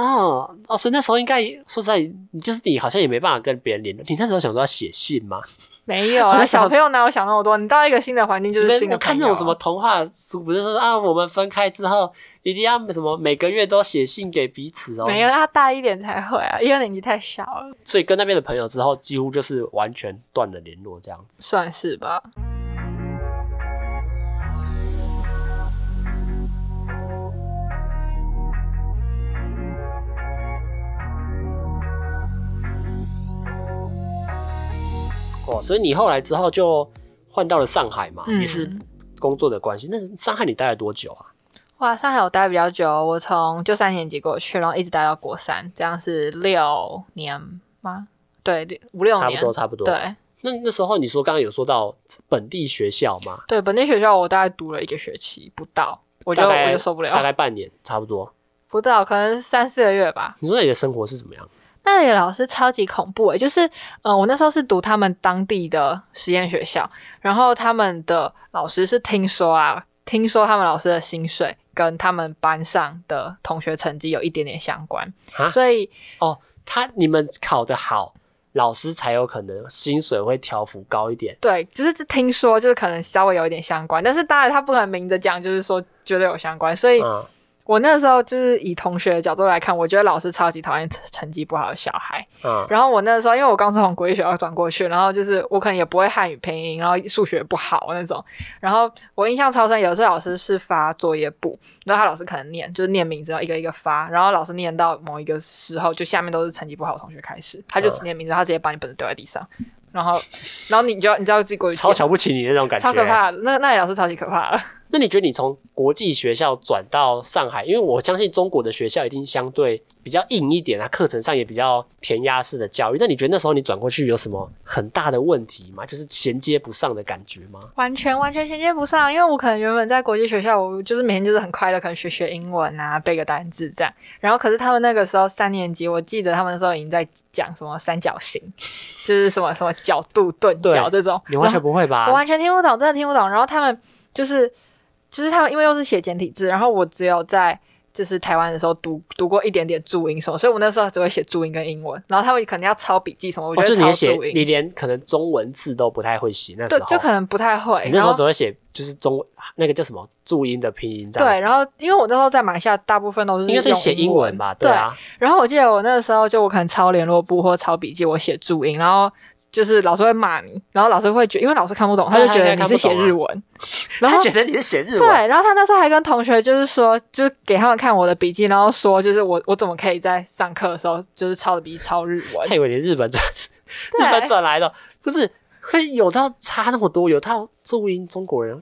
[SPEAKER 2] 哦哦，所以那时候应该说实在，你就是你好像也没办法跟别人联络。你那时候想说要写信吗？
[SPEAKER 1] 没有 (laughs)
[SPEAKER 2] 我
[SPEAKER 1] 啊。
[SPEAKER 2] 在想
[SPEAKER 1] 小朋友哪有想那么多？你到一个新的环境就是新的
[SPEAKER 2] 我看
[SPEAKER 1] 朋
[SPEAKER 2] 那
[SPEAKER 1] 友啊
[SPEAKER 2] 种什么童话书，不是说啊，我们分开之后一定要什么每个月都写信给彼此哦。
[SPEAKER 1] 没有，他大一点才会啊，一二年级太小了，
[SPEAKER 2] 所以跟那边的朋友之后，几乎就是完全断了联络这样子。
[SPEAKER 1] 算是吧。
[SPEAKER 2] 哦，所以你后来之后就换到了上海嘛，
[SPEAKER 1] 嗯
[SPEAKER 2] 也是工作的关系。那上海你待了多久啊？
[SPEAKER 1] 哇，上海我待比较久，我从就三年级过去，然后一直待到国三，这样是六年吗？对，六五六
[SPEAKER 2] 差
[SPEAKER 1] 年，
[SPEAKER 2] 不多，差不多。。
[SPEAKER 1] 对
[SPEAKER 2] 那那时候你说刚刚有说到本地学校嘛，
[SPEAKER 1] 对，本地学校我大概读了一个学期不到，我就
[SPEAKER 2] 大概
[SPEAKER 1] 我就受不
[SPEAKER 2] 大
[SPEAKER 1] 了，
[SPEAKER 2] 概半年差不多。
[SPEAKER 1] 不到可能三四个月吧。
[SPEAKER 2] 你说那你的生活是怎么样？
[SPEAKER 1] 那里的老师超级恐怖诶、就是，呃，我那时候是读他们当地的实验学校，然后他们的老师是听说啊，听说他们老师的薪水跟他们班上的同学成绩有一点点相关
[SPEAKER 2] 啊，
[SPEAKER 1] 所以
[SPEAKER 2] 他你们考得好，老师才有可能薪水会调幅高一点。
[SPEAKER 1] 对，就是听说就是可能稍微有一点相关，但是当然他不可能明着讲，就是说绝对有相关，所以
[SPEAKER 2] 嗯，
[SPEAKER 1] 我那时候就是以同学的角度来看，我觉得老师超级讨厌成成绩不好的小孩。
[SPEAKER 2] 嗯
[SPEAKER 1] 然后我那时候，因为我刚从国际学校转过去，然后就是我可能也不会汉语拼音，然后数学不好那种。然后我印象超深，有一次老师是发作业簿，然后他老师可能念就是念名字，然后一个一个发，然后老师念到某一个时候，就下面都是成绩不好的同学开始，他就只
[SPEAKER 2] 嗯
[SPEAKER 1] 念名字，他直接把你本子丢在地上，然后然后你就要你就要自己过去捡
[SPEAKER 2] 超瞧不起你的那种感觉，
[SPEAKER 1] 超可。怕的，那那里老师超级可怕的。
[SPEAKER 2] 那你觉得你从国际学校转到上海，因为我相信中国的学校一定相对比较硬一点，它课程上也比较填鸭式的教育。那你觉得那时候你转过去有什么很大的问题吗？就是衔接不上的感觉吗？
[SPEAKER 1] 完全完全衔接不上，因为我可能原本在国际学校，我就是每天就是很快乐，可能学学英文啊，背个单字这样。然后可是他们那个时候三年级，我记得他们那时候已经在讲什么三角形， (laughs) 就是什么什么角度、钝角这种，
[SPEAKER 2] 你完全
[SPEAKER 1] 然
[SPEAKER 2] 不会吧
[SPEAKER 1] 后我？完全听不懂，真的听不懂。然后他们就是就是他们因为又是写简体字，然后我只有在。就是台湾的时候读读过一点点注音什么，所以我那时候只会写注音跟英文，然后他们可能要抄笔记什么，我
[SPEAKER 2] 哦，
[SPEAKER 1] 觉
[SPEAKER 2] 就
[SPEAKER 1] 得
[SPEAKER 2] 是你
[SPEAKER 1] 抄
[SPEAKER 2] 写
[SPEAKER 1] 注，音，
[SPEAKER 2] 你连可能中文字都不太会写，那时
[SPEAKER 1] 对，
[SPEAKER 2] 候
[SPEAKER 1] 就可能不太会。
[SPEAKER 2] 你那时候
[SPEAKER 1] 然后
[SPEAKER 2] 只会写就是中文那个叫什么注音的拼音这样
[SPEAKER 1] 对，
[SPEAKER 2] 子。
[SPEAKER 1] 然后因为我那时候在马来西亚，大部分都是
[SPEAKER 2] 应该是
[SPEAKER 1] 用
[SPEAKER 2] 写英文
[SPEAKER 1] 文
[SPEAKER 2] 吧？
[SPEAKER 1] 对
[SPEAKER 2] 对啊，
[SPEAKER 1] 然后我记得我那个时候就我可能抄联络簿或抄笔记，我写注音，然后就是老师会骂你，然后老师会觉因为老师看不懂，他就觉得你是写日文，然后
[SPEAKER 2] 啊他。觉得你是写日文，
[SPEAKER 1] 对，然后他那时候还跟同学就是说，就是给他们看我的笔记，然后说就是我我怎么可以在上课的时候就是抄的笔记抄日文
[SPEAKER 2] (laughs) 他，以为你是日本转 (laughs) 日本转来的，不是会有到差那么多，有到注音中国人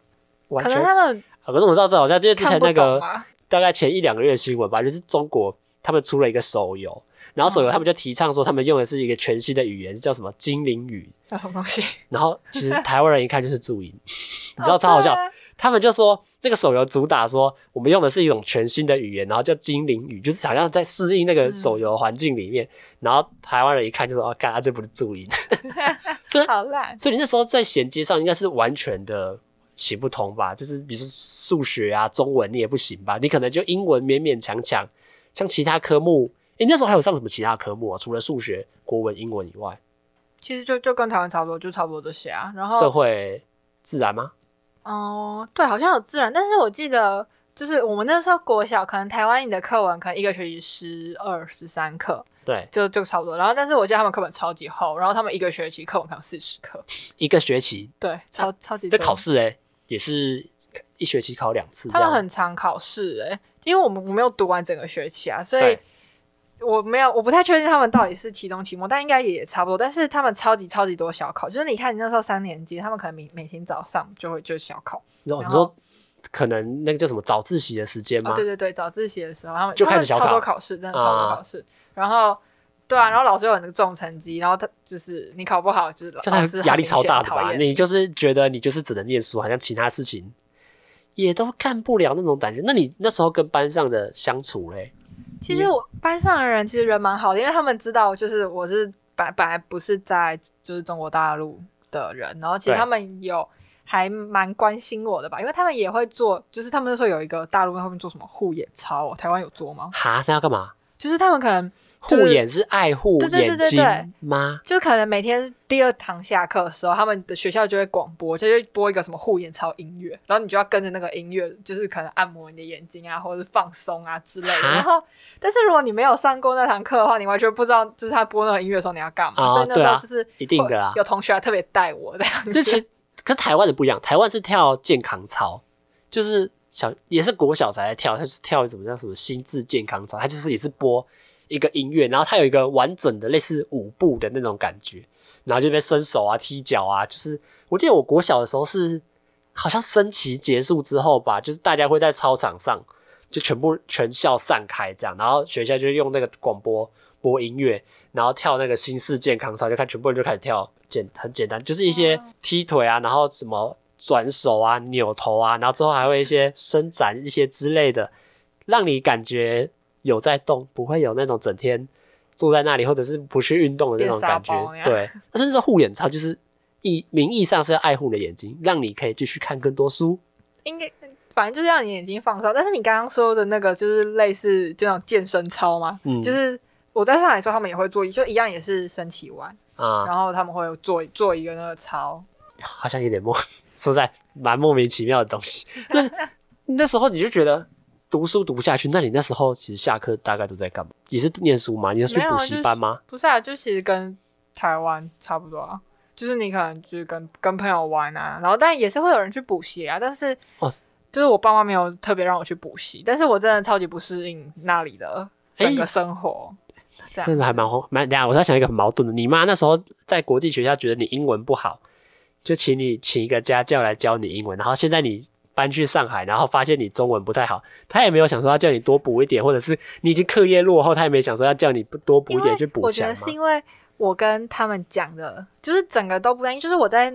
[SPEAKER 2] 完
[SPEAKER 1] 可能
[SPEAKER 2] 全。
[SPEAKER 1] 他们
[SPEAKER 2] 啊可是我知道这好像就是之
[SPEAKER 1] 看
[SPEAKER 2] 前
[SPEAKER 1] 不
[SPEAKER 2] 那
[SPEAKER 1] 懂啊
[SPEAKER 2] 个
[SPEAKER 1] 嘛。
[SPEAKER 2] 大概前一两个月的新闻吧，就是中国他们出了一个手游，然后
[SPEAKER 1] 嗯
[SPEAKER 2] 手游他们就提倡说他们用的是一个全新的语言，叫什么精灵语，
[SPEAKER 1] 那什么东西？
[SPEAKER 2] 然后其实台湾人一看就是注音， (laughs) 你知道超好笑。他们就说那个手游主打说我们用的是一种全新的语言，然后叫精灵语，就是好像在适应那
[SPEAKER 1] 嗯
[SPEAKER 2] 个手游环境里面。然后台湾人一看就说：“哦，干，啊这不是注音。 (laughs)
[SPEAKER 1] 对 (laughs) 好烂”。
[SPEAKER 2] 所以你那时候在衔接上应该是完全的行不通吧？就是比如说数学啊、中文你也不行吧？你可能就英文勉勉强强，像其他科目，诶、那时候还有上什么其他科目啊？除了数学、国文、英文以外，
[SPEAKER 1] 其实就就跟台湾差不多，就差不多这些啊。然后
[SPEAKER 2] 社会、自然吗？
[SPEAKER 1] 哦，对，好像有自然，但是我记得就是我们那时候国小，可能台湾你的课文可能一个学期十二、十三课，
[SPEAKER 2] 对，
[SPEAKER 1] 就就差不多。然后，但是我记得他们课本超级厚，然后他们一个学期课文可能四十课，
[SPEAKER 2] 一个学期
[SPEAKER 1] 对，超超级
[SPEAKER 2] 那
[SPEAKER 1] 多。
[SPEAKER 2] 考试诶、也是一学期考两次这
[SPEAKER 1] 他们
[SPEAKER 2] 样吗。
[SPEAKER 1] 很常考试诶、因为我们我没有读完整个学期啊，所以
[SPEAKER 2] 对
[SPEAKER 1] 我没有我不太确定他们到底是期中期末，但应该也差不多。但是他们超级超级多小考，就是你看你那时候三年级，他们可能每每天早上就会就小考，
[SPEAKER 2] 你说
[SPEAKER 1] 然
[SPEAKER 2] 你
[SPEAKER 1] 后
[SPEAKER 2] 说可能那个叫什么早自习的时间吗？
[SPEAKER 1] 哦、对对对，早自习的时候，他们
[SPEAKER 2] 就开
[SPEAKER 1] 他
[SPEAKER 2] 始小
[SPEAKER 1] 们
[SPEAKER 2] 考
[SPEAKER 1] 超多考试，真的超多
[SPEAKER 2] 啊
[SPEAKER 1] 考试。然后，对啊，然后老师有很重成绩，然后他就是你考不好，就是
[SPEAKER 2] 看
[SPEAKER 1] 老师
[SPEAKER 2] 他
[SPEAKER 1] 很
[SPEAKER 2] 压力超大
[SPEAKER 1] 明
[SPEAKER 2] 的
[SPEAKER 1] 显讨
[SPEAKER 2] 吧？
[SPEAKER 1] 厌
[SPEAKER 2] 你就是觉得你就是只能念书，好像其他事情也都干不了那种感觉。那你那时候跟班上的相处嘞，
[SPEAKER 1] 其实我班上的人其实人蛮好的，因为他们知道就是我是本本来不是在就是中国大陆的人，然后其实
[SPEAKER 2] 对
[SPEAKER 1] 他们有还蛮关心我的吧，因为他们也会做，就是他们那时候有一个大陆跟他们做什么护眼操、台湾有做吗？
[SPEAKER 2] 哈，那要干嘛？
[SPEAKER 1] 就是他们可能就
[SPEAKER 2] 护
[SPEAKER 1] 是
[SPEAKER 2] 眼是爱护
[SPEAKER 1] 对对对
[SPEAKER 2] 眼
[SPEAKER 1] 对
[SPEAKER 2] 睛
[SPEAKER 1] 对
[SPEAKER 2] 吗？
[SPEAKER 1] 就可能每天第二堂下课的时候，他们的学校就会广播，就会播一个什么护眼操音乐，然后你就要跟着那个音乐，就是可能按摩你的眼睛啊，或者是放松啊之类的。
[SPEAKER 2] 啊
[SPEAKER 1] 然后，但是如果你没有上过那堂课的话，你完全不知道就是他播那个音乐的时候你要干嘛。
[SPEAKER 2] 啊
[SPEAKER 1] 所以那时
[SPEAKER 2] 对啊
[SPEAKER 1] 候就是
[SPEAKER 2] 一定的啊
[SPEAKER 1] 有同学还特别带我这样
[SPEAKER 2] 就其
[SPEAKER 1] 子。
[SPEAKER 2] 实可是台湾的不一样，台湾是跳健康操，就是小也是国小才在跳，它就是跳什么叫什么心智健康操，它就是也是播一个音乐，然后它有一个完整的类似舞步的那种感觉，然后就被伸手啊、踢脚啊，就是我记得我国小的时候是好像升旗结束之后吧，就是大家会在操场上就全部全校散开这样，然后学校就用那个广播播音乐，然后跳那个新式健康操，就看全部人就开始跳，简很简单，就是一些踢腿啊，然后什么转手啊、扭头啊，然后最后还会一些伸展一些之类的，让你感觉有在动，不会有那种整天坐在那里或者是不去运动的那种感觉
[SPEAKER 1] 变沙包那。样
[SPEAKER 2] 对，甚至是护眼操就是。意名义上是要爱护你的眼睛，让你可以继续看更多书。
[SPEAKER 1] 应该反正就是让你眼睛放松。但是你刚刚说的那个就是类似这种健身操嘛，
[SPEAKER 2] 嗯
[SPEAKER 1] 就是我在上海的时候他们也会做，就一样也是升旗完，
[SPEAKER 2] 啊、
[SPEAKER 1] 然后他们会做做一个那个操。
[SPEAKER 2] 好 (laughs) 像有点莫，说实在蛮莫名其妙的东西。那那时候你就觉得，读书读不下去，那你那时候其实下课大概都在干嘛？也是念书吗？你是去
[SPEAKER 1] 没有
[SPEAKER 2] 补
[SPEAKER 1] 啊
[SPEAKER 2] 习
[SPEAKER 1] 就是
[SPEAKER 2] 班吗？
[SPEAKER 1] 不是啊，就其实跟台湾差不多啊，就是你可能就是跟跟朋友玩啊，然后但也是会有人去补习啊，但是
[SPEAKER 2] 哦
[SPEAKER 1] 就是我爸妈没有特别让我去补习，但是我真的超级不适应那里的整
[SPEAKER 2] 哎
[SPEAKER 1] 个生活，这样
[SPEAKER 2] 真的还蛮荒蛮。等一下，我在想一个很矛盾的，你妈那时候在国际学校觉得你英文不好，就请你请一个家教来教你英文，然后现在你搬去上海，然后发现你中文不太好，她也没有想说要叫你多补一点，或者是你已经课业落后，她也没想说要叫你不多补
[SPEAKER 1] 因
[SPEAKER 2] 一点
[SPEAKER 1] 为
[SPEAKER 2] 去补
[SPEAKER 1] 我觉
[SPEAKER 2] 强
[SPEAKER 1] 得
[SPEAKER 2] 嘛
[SPEAKER 1] 是。因为我跟他们讲的，就是整个都不单一。就是我在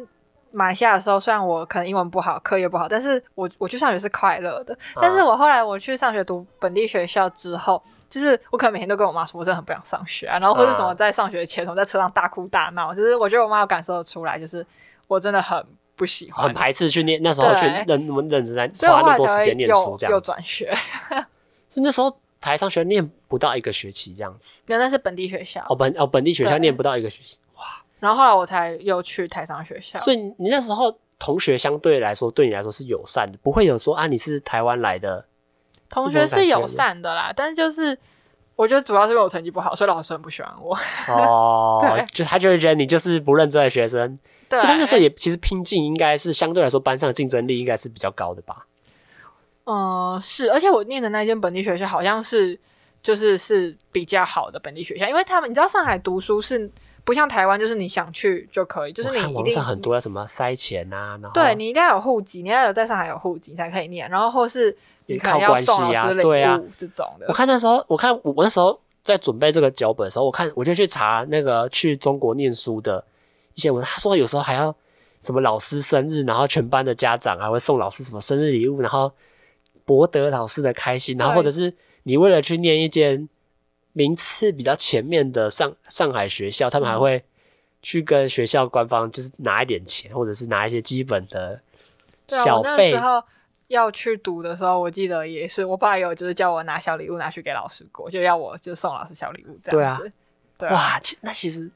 [SPEAKER 1] 马来西亚的时候，虽然我可能英文不好，课业不好，但是我我去上学是快乐的。
[SPEAKER 2] 嗯
[SPEAKER 1] 但是我后来我去上学读本地学校之后，就是我可能每天都跟我妈说，我真的很不想上学啊，然后或者什么
[SPEAKER 2] 啊
[SPEAKER 1] 在上学前，我在车上大哭大闹，就是我觉得我妈有感受得出来，就是我真的很不喜欢
[SPEAKER 2] 很，排斥去念，那时候去
[SPEAKER 1] 对
[SPEAKER 2] 认我们认真在
[SPEAKER 1] 所以我
[SPEAKER 2] 花
[SPEAKER 1] 后来
[SPEAKER 2] 那么多时
[SPEAKER 1] 才
[SPEAKER 2] 间
[SPEAKER 1] 会
[SPEAKER 2] 念书
[SPEAKER 1] 又
[SPEAKER 2] 这
[SPEAKER 1] 又
[SPEAKER 2] 样子，
[SPEAKER 1] 转学。 (laughs)
[SPEAKER 2] 是那时候台商学校念不到一个学期这样子，
[SPEAKER 1] 原来是本地学校，
[SPEAKER 2] 哦本哦本地学校
[SPEAKER 1] 对
[SPEAKER 2] 念不到一个学期，
[SPEAKER 1] 然后后来我才又去台商学校。
[SPEAKER 2] 所以你那时候同学相对来说对你来说是友善的，不会有说啊你是台湾来
[SPEAKER 1] (laughs)
[SPEAKER 2] 的，
[SPEAKER 1] 同学是友善的啦，但是就是我觉得主要是因为我成绩不好，所以老师很不喜欢我。
[SPEAKER 2] 哦
[SPEAKER 1] 对，
[SPEAKER 2] 就他就会觉得你就是不认真的学生。
[SPEAKER 1] (laughs) 对，哎
[SPEAKER 2] 所以他那时候也其实拼劲应该是相对来说班上的竞争力应该是比较高的吧。
[SPEAKER 1] 嗯、是，而且我念的那间本地学校好像是就是是比较好的本地学校，因为他们你知道上海读书是不像台湾，就是你想去就可以，就是
[SPEAKER 2] 我
[SPEAKER 1] 你
[SPEAKER 2] 看
[SPEAKER 1] 一
[SPEAKER 2] 网
[SPEAKER 1] 定
[SPEAKER 2] 上很多什么塞钱啊，然后
[SPEAKER 1] 对你一定要有户籍，你要有在上海有户籍才可以念，然后或是你可能
[SPEAKER 2] 靠
[SPEAKER 1] 要
[SPEAKER 2] 关系
[SPEAKER 1] 送老
[SPEAKER 2] 啊
[SPEAKER 1] 师礼
[SPEAKER 2] 对啊
[SPEAKER 1] 物这种的
[SPEAKER 2] (laughs) 我。看那时候，我看我我那时候在准备这个脚本的时候，我看我就去查那个去中国念书的一些文，他说有时候还要什么老师生日，然后全班的家长啊还会送老师什么生日礼物，然后博得老师的开心，然后
[SPEAKER 1] 对
[SPEAKER 2] 或者是你为了去念一间名次比较前面的上上海学校，他们还
[SPEAKER 1] 嗯
[SPEAKER 2] 会去跟学校官方就是拿一点钱，或者是拿一些基本的
[SPEAKER 1] 对啊，
[SPEAKER 2] 小
[SPEAKER 1] 我那
[SPEAKER 2] 费
[SPEAKER 1] 时。候要去读的时候，我记得也是，我爸有就是叫我拿小礼物拿去给老师过，就要我就送老师小礼物这样子。对啊，
[SPEAKER 2] 哇，其那其实，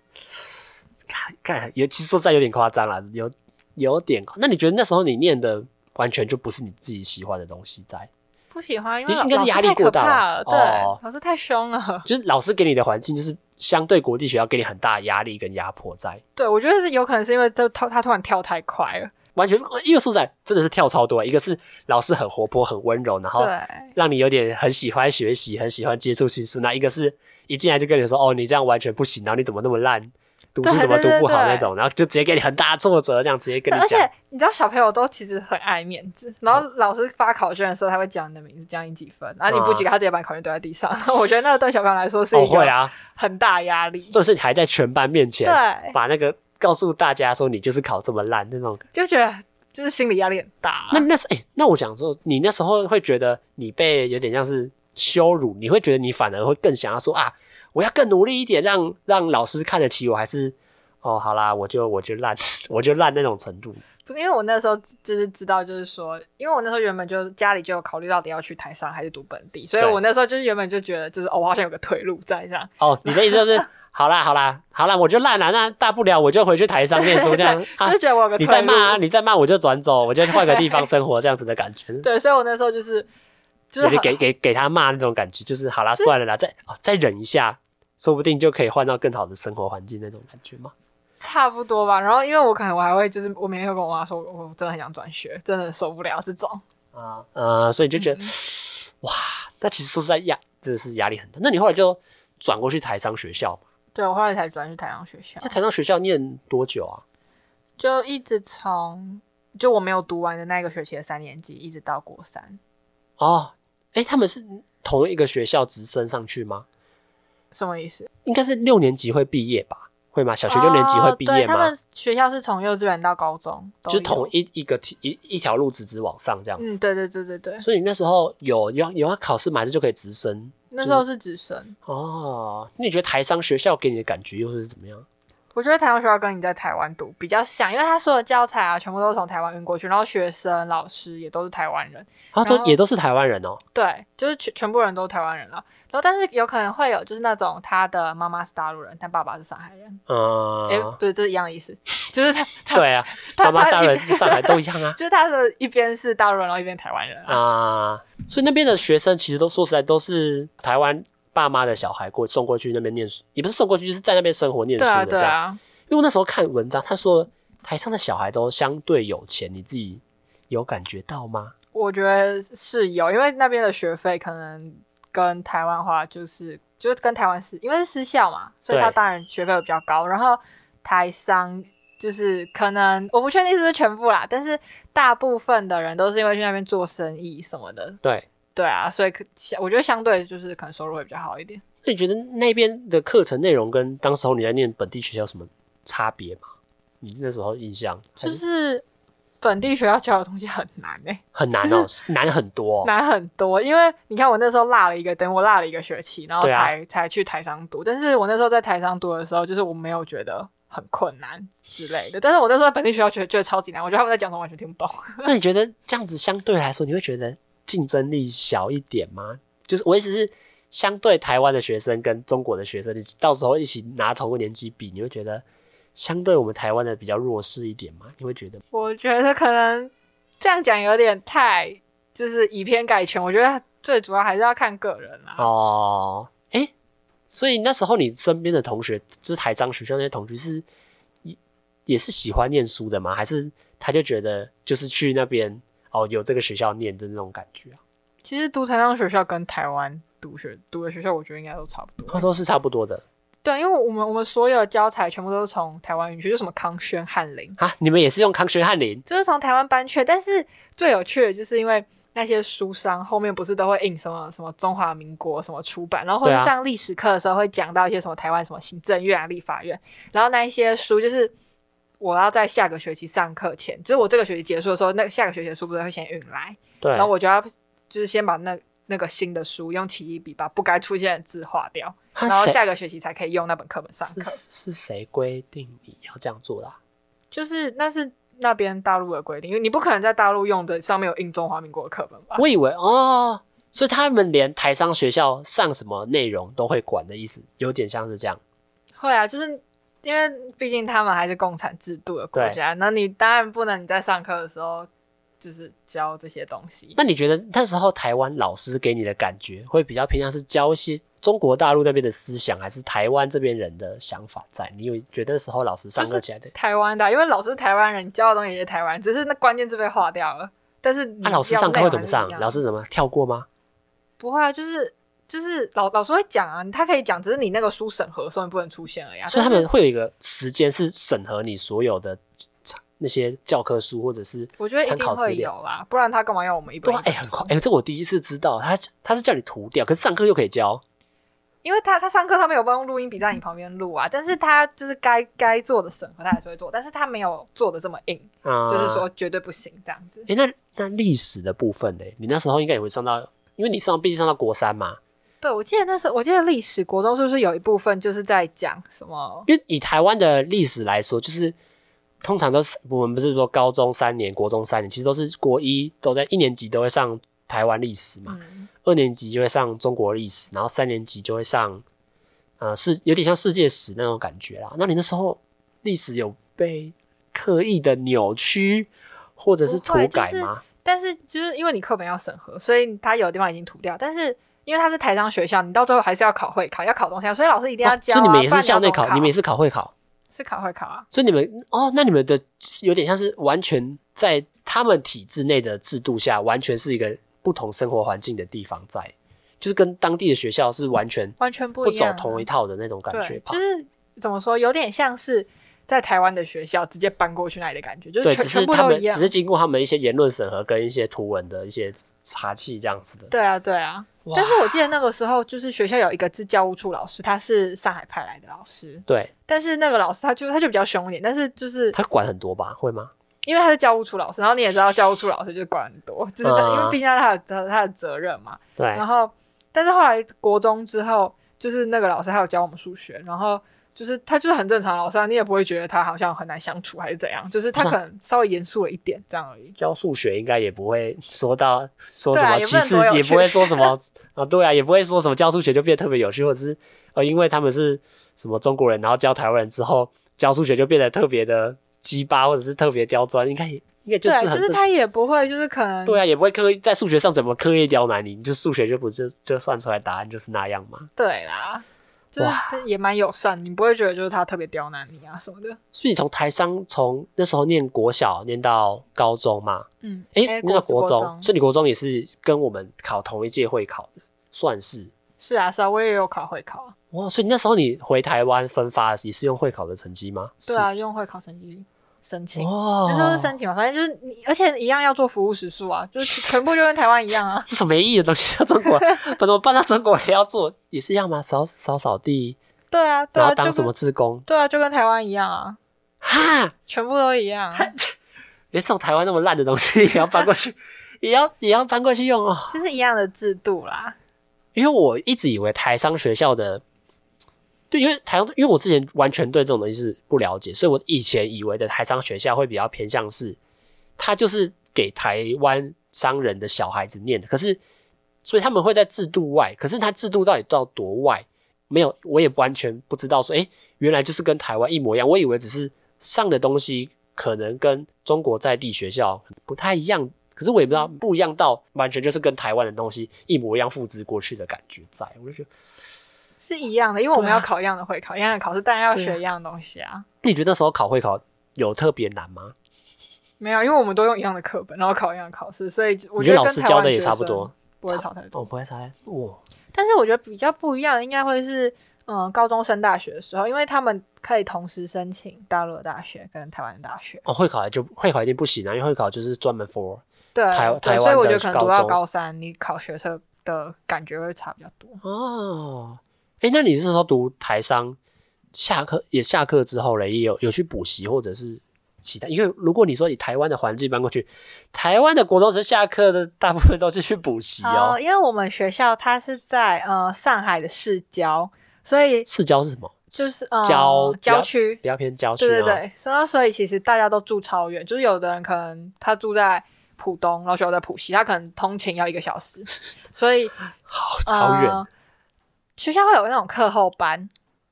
[SPEAKER 2] 看看，有其实说实在有点夸张啦，有有点夸。那你觉得那时候你念的完全就不是你自己喜欢的东西在，
[SPEAKER 1] 不喜欢，因为
[SPEAKER 2] 你
[SPEAKER 1] 老
[SPEAKER 2] 应该是
[SPEAKER 1] 老师
[SPEAKER 2] 压力
[SPEAKER 1] 太可
[SPEAKER 2] 过大
[SPEAKER 1] 怕
[SPEAKER 2] 了
[SPEAKER 1] 了，对，
[SPEAKER 2] 哦
[SPEAKER 1] 老师太凶了。
[SPEAKER 2] 就是老师给你的环境就是相对国际学校给你很大的压力跟压迫在，
[SPEAKER 1] 对，我觉得是有可能是因为他他他突然跳太快了，
[SPEAKER 2] 完全因为说实在真的是跳超多，一个是老师很活泼很温柔，然后
[SPEAKER 1] 对
[SPEAKER 2] 让你有点很喜欢学习，很喜欢接触新事；那一个是一进来就跟你说哦，你这样完全不行，然后你怎么那么烂，读书
[SPEAKER 1] 对
[SPEAKER 2] 怎么读
[SPEAKER 1] 对对
[SPEAKER 2] 不好那
[SPEAKER 1] 对
[SPEAKER 2] 种，然后就直接给你很大的挫折，这样直接跟
[SPEAKER 1] 对，
[SPEAKER 2] 你
[SPEAKER 1] 而
[SPEAKER 2] 讲嗯
[SPEAKER 1] 且。你知道小朋友都其实很爱面子，然后老师发考卷的时候，他会讲你的名字，讲你几分，然后你不及格，他直接把你考卷丢在地上。 (laughs) 我觉得那个对小朋友来说是
[SPEAKER 2] 哦，
[SPEAKER 1] 一
[SPEAKER 2] 会
[SPEAKER 1] 个
[SPEAKER 2] 啊，
[SPEAKER 1] 很大压力。
[SPEAKER 2] 重点是你还在全班面前
[SPEAKER 1] 对，
[SPEAKER 2] 把那个告诉大家说你就是考这么烂那种。
[SPEAKER 1] 就觉得就是心理压力很大。啊
[SPEAKER 2] 那那是哎、那我想说，你那时候会觉得你被有点像是羞辱，你会觉得你反而会更想要说啊，我要更努力一点，让让老师看得起我，还是哦好啦，我就我就烂， (laughs) 我就烂那种程度。
[SPEAKER 1] 不是因为我那时候就是知道，就是说，因为我那时候原本就家里就有考虑到底要去台商还是读本地，所以
[SPEAKER 2] 对
[SPEAKER 1] 我那时候就是原本就觉得就是哦，我好像有个退路在这样。
[SPEAKER 2] 哦，你的意思就是 (laughs) 好啦好啦好啦，我就烂啦，那大不了我就回去台上念书这样
[SPEAKER 1] (laughs)
[SPEAKER 2] 啊
[SPEAKER 1] 就。觉得我有个退
[SPEAKER 2] 你
[SPEAKER 1] 路。
[SPEAKER 2] 再骂啊，你再骂我就转走，我就换个地方生活这样子的感觉。
[SPEAKER 1] 对，所以我那时候就是就
[SPEAKER 2] 有
[SPEAKER 1] 是
[SPEAKER 2] 点
[SPEAKER 1] 很
[SPEAKER 2] 给给给他骂那种感觉，就是好啦，算了啦，再哦再忍一下，说不定就可以换到更好的生活环境那种感觉嘛。
[SPEAKER 1] 差不多吧。然后因为我可能我还会就是我每天会跟我妈说，我真的很想转学，真的受不了这种。
[SPEAKER 2] 啊、呃，所以就
[SPEAKER 1] 嗯
[SPEAKER 2] 觉得、哇，那其实说实在压真的是压力很大。那你后来就转过去台商学校嘛？
[SPEAKER 1] 对我后来才转去台商学校
[SPEAKER 2] 在，台商学校念多久啊？
[SPEAKER 1] 就一直从就我没有读完的那个学期的三年级，一直到国三。
[SPEAKER 2] 哦，哎、他们是同一个学校直升上去吗？
[SPEAKER 1] 什么意思？
[SPEAKER 2] 应该是六年级会毕业吧？会吗？小呃学六年级会毕
[SPEAKER 1] 哦对
[SPEAKER 2] 业
[SPEAKER 1] 他
[SPEAKER 2] 吗？
[SPEAKER 1] 们学校是从幼稚园到高中，都
[SPEAKER 2] 就是
[SPEAKER 1] 有
[SPEAKER 2] 同一一个梯一一条路直直往上这样
[SPEAKER 1] 嗯，
[SPEAKER 2] 子。
[SPEAKER 1] 对对对对对，
[SPEAKER 2] 所以你那时候有有有要考试吗？还是就可以直升？
[SPEAKER 1] 那时候是直升。
[SPEAKER 2] 哦，那你觉得台商学校给你的感觉又是怎么样？
[SPEAKER 1] 我觉得台湾学校跟你在台湾读比较像，因为他所有教材啊，全部都是从台湾运过去，然后学生、老师也都是台湾人，
[SPEAKER 2] 啊，
[SPEAKER 1] 然
[SPEAKER 2] 都
[SPEAKER 1] 后
[SPEAKER 2] 也都是台湾人哦。
[SPEAKER 1] 对，就是全全部人都是台湾人了。然后但是有可能会有就是那种他的妈妈是大陆人，但爸爸是上海人，
[SPEAKER 2] 嗯，
[SPEAKER 1] 哎、不是，这是一样的意思，就是他他
[SPEAKER 2] (laughs) 对啊，
[SPEAKER 1] 他
[SPEAKER 2] 妈妈
[SPEAKER 1] 他
[SPEAKER 2] 大人
[SPEAKER 1] 一边 (laughs)。
[SPEAKER 2] 上海都一样啊
[SPEAKER 1] 就是他的一边是大陆人，然后一边台湾人啊。
[SPEAKER 2] 啊，所以那边的学生其实都说实在都是台湾爸妈的小孩过送过去那边念书，也不是送过去，就是在那边生活念书
[SPEAKER 1] 对啊，
[SPEAKER 2] 的
[SPEAKER 1] 对
[SPEAKER 2] 这样。
[SPEAKER 1] 啊，
[SPEAKER 2] 因为我那时候看文章，他说台上的小孩都相对有钱，你自己有感觉到吗？
[SPEAKER 1] 我觉得是有，因为那边的学费可能跟台湾的话就是就是跟台湾是因为是私校嘛，所以
[SPEAKER 2] 对
[SPEAKER 1] 它当然学费会比较高。然后台商就是可能我不确定是不是全部啦，但是大部分的人都是因为去那边做生意什么的，
[SPEAKER 2] 对，
[SPEAKER 1] 对啊，所以可相我觉得相对就是可能收入会比较好一点。
[SPEAKER 2] 那你觉得那边的课程内容跟当时候你在念本地学校有什么差别吗？你那时候印象还
[SPEAKER 1] 就是是本地学校教的东西很难哎、
[SPEAKER 2] 很难哦、难很多、哦。
[SPEAKER 1] 难很多，因为你看我那时候落了一个，等我落了一个学期，然后
[SPEAKER 2] 对啊
[SPEAKER 1] 才、才去台商读。但是我那时候在台商读的时候，就是我没有觉得很困难之类的。但是我那时候在本地学校觉得觉得超级难，我觉得他们在讲什么完全听不懂。
[SPEAKER 2] 那你觉得这样子相对来说，你会觉得竞争力小一点吗？就是我意思是，相对台湾的学生跟中国的学生，你到时候一起拿同个年级比，你会觉得相对我们台湾的比较弱势一点吗？你会觉得
[SPEAKER 1] 我觉得可能这样讲有点太就是以偏概全。我觉得最主要还是要看个人啦、
[SPEAKER 2] 哦，哎、所以那时候你身边的同学，就是台商学校那些同学是也也是喜欢念书的吗？还是他就觉得就是去那边哦有这个学校念的那种感觉啊？
[SPEAKER 1] 其实读台商学校跟台湾读学读的学校，我觉得应该都差不多
[SPEAKER 2] 他。说是差不多的
[SPEAKER 1] 对，啊因为我们我们所有的教材全部都是从台湾运去，就什么康轩、翰林。
[SPEAKER 2] 啊，你们也是用康学翰林。
[SPEAKER 1] 就是从台湾搬去，但是最有趣的就是因为那些书商后面不是都会印什么什么中华民国什么出版，然后或者
[SPEAKER 2] 对啊
[SPEAKER 1] 上历史课的时候会讲到一些什么台湾什么行政院啊、立法院，然后那一些书就是我要在下个学期上课前，就是我这个学期结束的时候，那下个学期的书不是会先运来，
[SPEAKER 2] 对，
[SPEAKER 1] 然后我就要就是先把那那个新的书用奇异笔把不该出现的字划掉，
[SPEAKER 2] 他
[SPEAKER 1] 然后
[SPEAKER 2] 谁
[SPEAKER 1] 下个学期才可以用那本课本上
[SPEAKER 2] 是
[SPEAKER 1] 课，
[SPEAKER 2] 是谁规定你要这样做的啊、
[SPEAKER 1] 就是那是。那边大陆的规定，因为你不可能在大陆用的上面有印中华民国的课本吧？
[SPEAKER 2] 我以为哦，所以他们连台商学校上什么内容都会管的意思，有点像是这样。
[SPEAKER 1] 会啊，就是因为毕竟他们还是共产制度的国家，那你当然不能你在上课的时候就是教这些东西。
[SPEAKER 2] 那你觉得那时候台湾老师给你的感觉会比较偏向是教一些中国大陆那边的思想，还是台湾这边人的想法在？你有觉得那时候老师上课起来的？
[SPEAKER 1] 台湾的啊，因为老师是台湾人，教的东西也是台湾，只是那关键字被划掉了。但是你
[SPEAKER 2] 那、啊老师上课会怎么上
[SPEAKER 1] 教的内容还是一？样
[SPEAKER 2] 老师怎么跳过吗？
[SPEAKER 1] 不会啊，就是就是老老师会讲啊，他可以讲，只是你那个书审核的时候你不能出现而已、啊。
[SPEAKER 2] 所以他
[SPEAKER 1] 但
[SPEAKER 2] 们
[SPEAKER 1] 是
[SPEAKER 2] 会有一个时间是审核你所有的那些教科书或者是
[SPEAKER 1] 我觉得一
[SPEAKER 2] 参
[SPEAKER 1] 定
[SPEAKER 2] 考资
[SPEAKER 1] 会
[SPEAKER 2] 料。
[SPEAKER 1] 有啦，不然他干嘛要我们一本
[SPEAKER 2] 对
[SPEAKER 1] 一
[SPEAKER 2] 啊，
[SPEAKER 1] 本
[SPEAKER 2] 哎、
[SPEAKER 1] 读
[SPEAKER 2] 很快，哎、这我第一次知道，他他是叫你涂掉，可是上课又可以教。
[SPEAKER 1] 因为他他上课他没有用录音笔在你旁边录啊，但是他就是该该做的审核他还是会做，但是他没有做的这么硬，
[SPEAKER 2] 啊、
[SPEAKER 1] 就是说，绝对不行这样子。
[SPEAKER 2] 哎、那那历史的部分呢？你那时候应该也会上到，因为你上毕竟上到国三嘛。
[SPEAKER 1] 对，我记得那时候我记得历史国中是不是有一部分就是在讲什么？
[SPEAKER 2] 因为以台湾的历史来说，就是通常都是我们不是说高中三年、国中三年，其实都是国一都在一年级都会上台湾历史嘛，
[SPEAKER 1] 嗯，
[SPEAKER 2] 二年级就会上中国历史，然后三年级就会上呃世有点像世界史那种感觉啦。那你那时候历史有被刻意的扭曲或者是
[SPEAKER 1] 不
[SPEAKER 2] 涂
[SPEAKER 1] 会
[SPEAKER 2] 改
[SPEAKER 1] 就是
[SPEAKER 2] 吗？
[SPEAKER 1] 但是就是因为你课本要审核，所以他有的地方已经涂掉，但是。因为他是台商学校，你到最后还是要考会考，要考东西啊，所以老师一定要
[SPEAKER 2] 哦
[SPEAKER 1] 教、啊
[SPEAKER 2] 所以你们也
[SPEAKER 1] 不
[SPEAKER 2] 是
[SPEAKER 1] 然
[SPEAKER 2] 校内
[SPEAKER 1] 要怎么
[SPEAKER 2] 考，
[SPEAKER 1] 考，啊
[SPEAKER 2] 你们也是考会考，
[SPEAKER 1] 是考会考啊。
[SPEAKER 2] 所以你们哦，那你们的有点像是完全在他们体制内的制度下，完全是一个不同生活环境的地方在，就是跟当地的学校是完全
[SPEAKER 1] 完全不
[SPEAKER 2] 不
[SPEAKER 1] 一样啊
[SPEAKER 2] 走同一套的那种感觉
[SPEAKER 1] 对，
[SPEAKER 2] 吧
[SPEAKER 1] 就？是怎么说，有点像是在台湾的学校直接搬过去那里的感觉，就是
[SPEAKER 2] 对，
[SPEAKER 1] 全
[SPEAKER 2] 只是
[SPEAKER 1] 全部
[SPEAKER 2] 他
[SPEAKER 1] 都
[SPEAKER 2] 们
[SPEAKER 1] 一
[SPEAKER 2] 只
[SPEAKER 1] 样。
[SPEAKER 2] 是经过他们一些言论审核跟一些图文的一些查气这样子的。
[SPEAKER 1] 对啊，对啊。
[SPEAKER 2] 哇
[SPEAKER 1] 但是我记得那个时候，就是学校有一个是教务处老师，他是上海派来的老师，
[SPEAKER 2] 对
[SPEAKER 1] 但是那个老师他就他就比较凶一点，但是就是
[SPEAKER 2] 他管很多吧？会吗？
[SPEAKER 1] 因为他是教务处老师，然后你也知道教务处老师就管很多，就是他、
[SPEAKER 2] 嗯
[SPEAKER 1] 因为毕竟他的他的他的责任嘛，
[SPEAKER 2] 对
[SPEAKER 1] 然后，但是后来国中之后，就是那个老师还有教我们数学，然后就是他就是很正常的老师啊，你也不会觉得他好像很难相处还是怎样，就是他
[SPEAKER 2] 不是啊
[SPEAKER 1] 可能稍微严肃了一点这样而已。
[SPEAKER 2] 教数学应该也不会说到说
[SPEAKER 1] 对
[SPEAKER 2] 什
[SPEAKER 1] 啊
[SPEAKER 2] 么
[SPEAKER 1] 也不
[SPEAKER 2] 歧
[SPEAKER 1] 能
[SPEAKER 2] 视
[SPEAKER 1] 多，有
[SPEAKER 2] 也
[SPEAKER 1] 趣 (laughs)
[SPEAKER 2] 不会说什么啊，对啊，也不会说什么教数学就变得特别有趣，或者是呃，因为他们是什么中国人，然后教台湾人之后教数学就变得特别的鸡巴，或者是特别刁钻，应该也应该就
[SPEAKER 1] 对啊
[SPEAKER 2] 是，很
[SPEAKER 1] 就是
[SPEAKER 2] 正
[SPEAKER 1] 他也不会，就是可能
[SPEAKER 2] 对啊，也不会刻意在数学上怎么刻意刁难你，你就数学就不就就算出来答案就是那样嘛。
[SPEAKER 1] 对啦，就是
[SPEAKER 2] 哇
[SPEAKER 1] 这也蛮友善，你不会觉得就是他特别刁难你啊什么的。
[SPEAKER 2] 所以你从台商从那时候念国小念到高中嘛，
[SPEAKER 1] 嗯，
[SPEAKER 2] 诶，
[SPEAKER 1] 诶
[SPEAKER 2] 念到国中，
[SPEAKER 1] 中
[SPEAKER 2] 所以你国中也是跟我们考同一届会考的，算是
[SPEAKER 1] 是啊是啊，我也有考会考啊，
[SPEAKER 2] 哇。所以那时候你回台湾分发也是用会考的成绩吗？
[SPEAKER 1] 对啊，用会考成绩申
[SPEAKER 2] 是，
[SPEAKER 1] 请。
[SPEAKER 2] 哇，。
[SPEAKER 1] 那时候是申请嘛，反正就是你，而且一样要做服务时数啊，就是全部就跟台湾一样啊
[SPEAKER 2] 这什么没意义的东西到
[SPEAKER 1] (laughs)
[SPEAKER 2] 中国，不怎么搬到中国也要做，也是一样吗？扫扫扫地，
[SPEAKER 1] 对啊，对
[SPEAKER 2] 然后
[SPEAKER 1] 啊，
[SPEAKER 2] 当
[SPEAKER 1] 就
[SPEAKER 2] 什么
[SPEAKER 1] 跟
[SPEAKER 2] 志工，
[SPEAKER 1] 对啊，就跟台湾一样啊，
[SPEAKER 2] 哈，
[SPEAKER 1] 全部都一样啊。
[SPEAKER 2] 连这种台湾那么烂的东西也要搬过
[SPEAKER 1] (laughs)
[SPEAKER 2] 去，也要也要搬过去用哦。
[SPEAKER 1] 就是一样的制度啦。
[SPEAKER 2] 因为我一直以为台商学校的，对，因为台商，因为我之前完全对这种东西是不了解，所以我以前以为的台商学校会比较偏向是，它就是给台湾商人的小孩子念的，可是所以他们会在制度外，可是它制度到底到多外，没有，我也完全不知道说，诶，原来就是跟台湾一模一样，我以为只是上的东西可能跟中国在地学校不太一样，可是我也不知道
[SPEAKER 1] 嗯
[SPEAKER 2] 不一样到完全就是跟台湾的东西一模一样复制过去的感觉在，我就觉得，
[SPEAKER 1] 是一样的，因为我们
[SPEAKER 2] 对啊
[SPEAKER 1] 要考一样的会考，一样的考试，当然要
[SPEAKER 2] 对啊
[SPEAKER 1] 学一样的东西啊。
[SPEAKER 2] 你觉得那时候考会考有特别难吗？
[SPEAKER 1] 没有，因为我们都用一样的课本，然后考一样的考试，所以我
[SPEAKER 2] 你
[SPEAKER 1] 觉
[SPEAKER 2] 觉
[SPEAKER 1] 得
[SPEAKER 2] 得老
[SPEAKER 1] 跟
[SPEAKER 2] 师
[SPEAKER 1] 台
[SPEAKER 2] 教
[SPEAKER 1] 湾
[SPEAKER 2] 的也
[SPEAKER 1] 学
[SPEAKER 2] 差不
[SPEAKER 1] 生
[SPEAKER 2] 多？
[SPEAKER 1] 不会差太多。
[SPEAKER 2] 哦，不会差太多哇，
[SPEAKER 1] 但是我觉得比较不一样的应该会是，嗯，高中升大学的时候，因为他们可以同时申请大陆的大学跟台湾的大学。
[SPEAKER 2] 哦，会考就会考一定不行啊，因为会考就是专门 for
[SPEAKER 1] 对，
[SPEAKER 2] 台
[SPEAKER 1] 对，
[SPEAKER 2] 台湾
[SPEAKER 1] 所以我觉
[SPEAKER 2] 的
[SPEAKER 1] 得可能读到
[SPEAKER 2] 高中
[SPEAKER 1] 高三，你考学测的感觉会差比较多。
[SPEAKER 2] 哦。哎，那你是说读台商下课也下课之后嘞，也有有去补习或者是其他？因为如果你说以台湾的环境搬过去，台湾的国中生下课的大部分都是去补习哦。
[SPEAKER 1] 因为我们学校它是在呃上海的市郊，所以
[SPEAKER 2] 市郊是什么？
[SPEAKER 1] 就是呃
[SPEAKER 2] 郊
[SPEAKER 1] 郊区
[SPEAKER 2] 比较偏郊区、哦。
[SPEAKER 1] 对对对，所以所以其实大家都住超远，就是有的人可能他住在浦东，然后学校在浦西，他可能通勤要一个小
[SPEAKER 2] (laughs)
[SPEAKER 1] 时，所以
[SPEAKER 2] 好好远、
[SPEAKER 1] 呃学校会有那种课后班，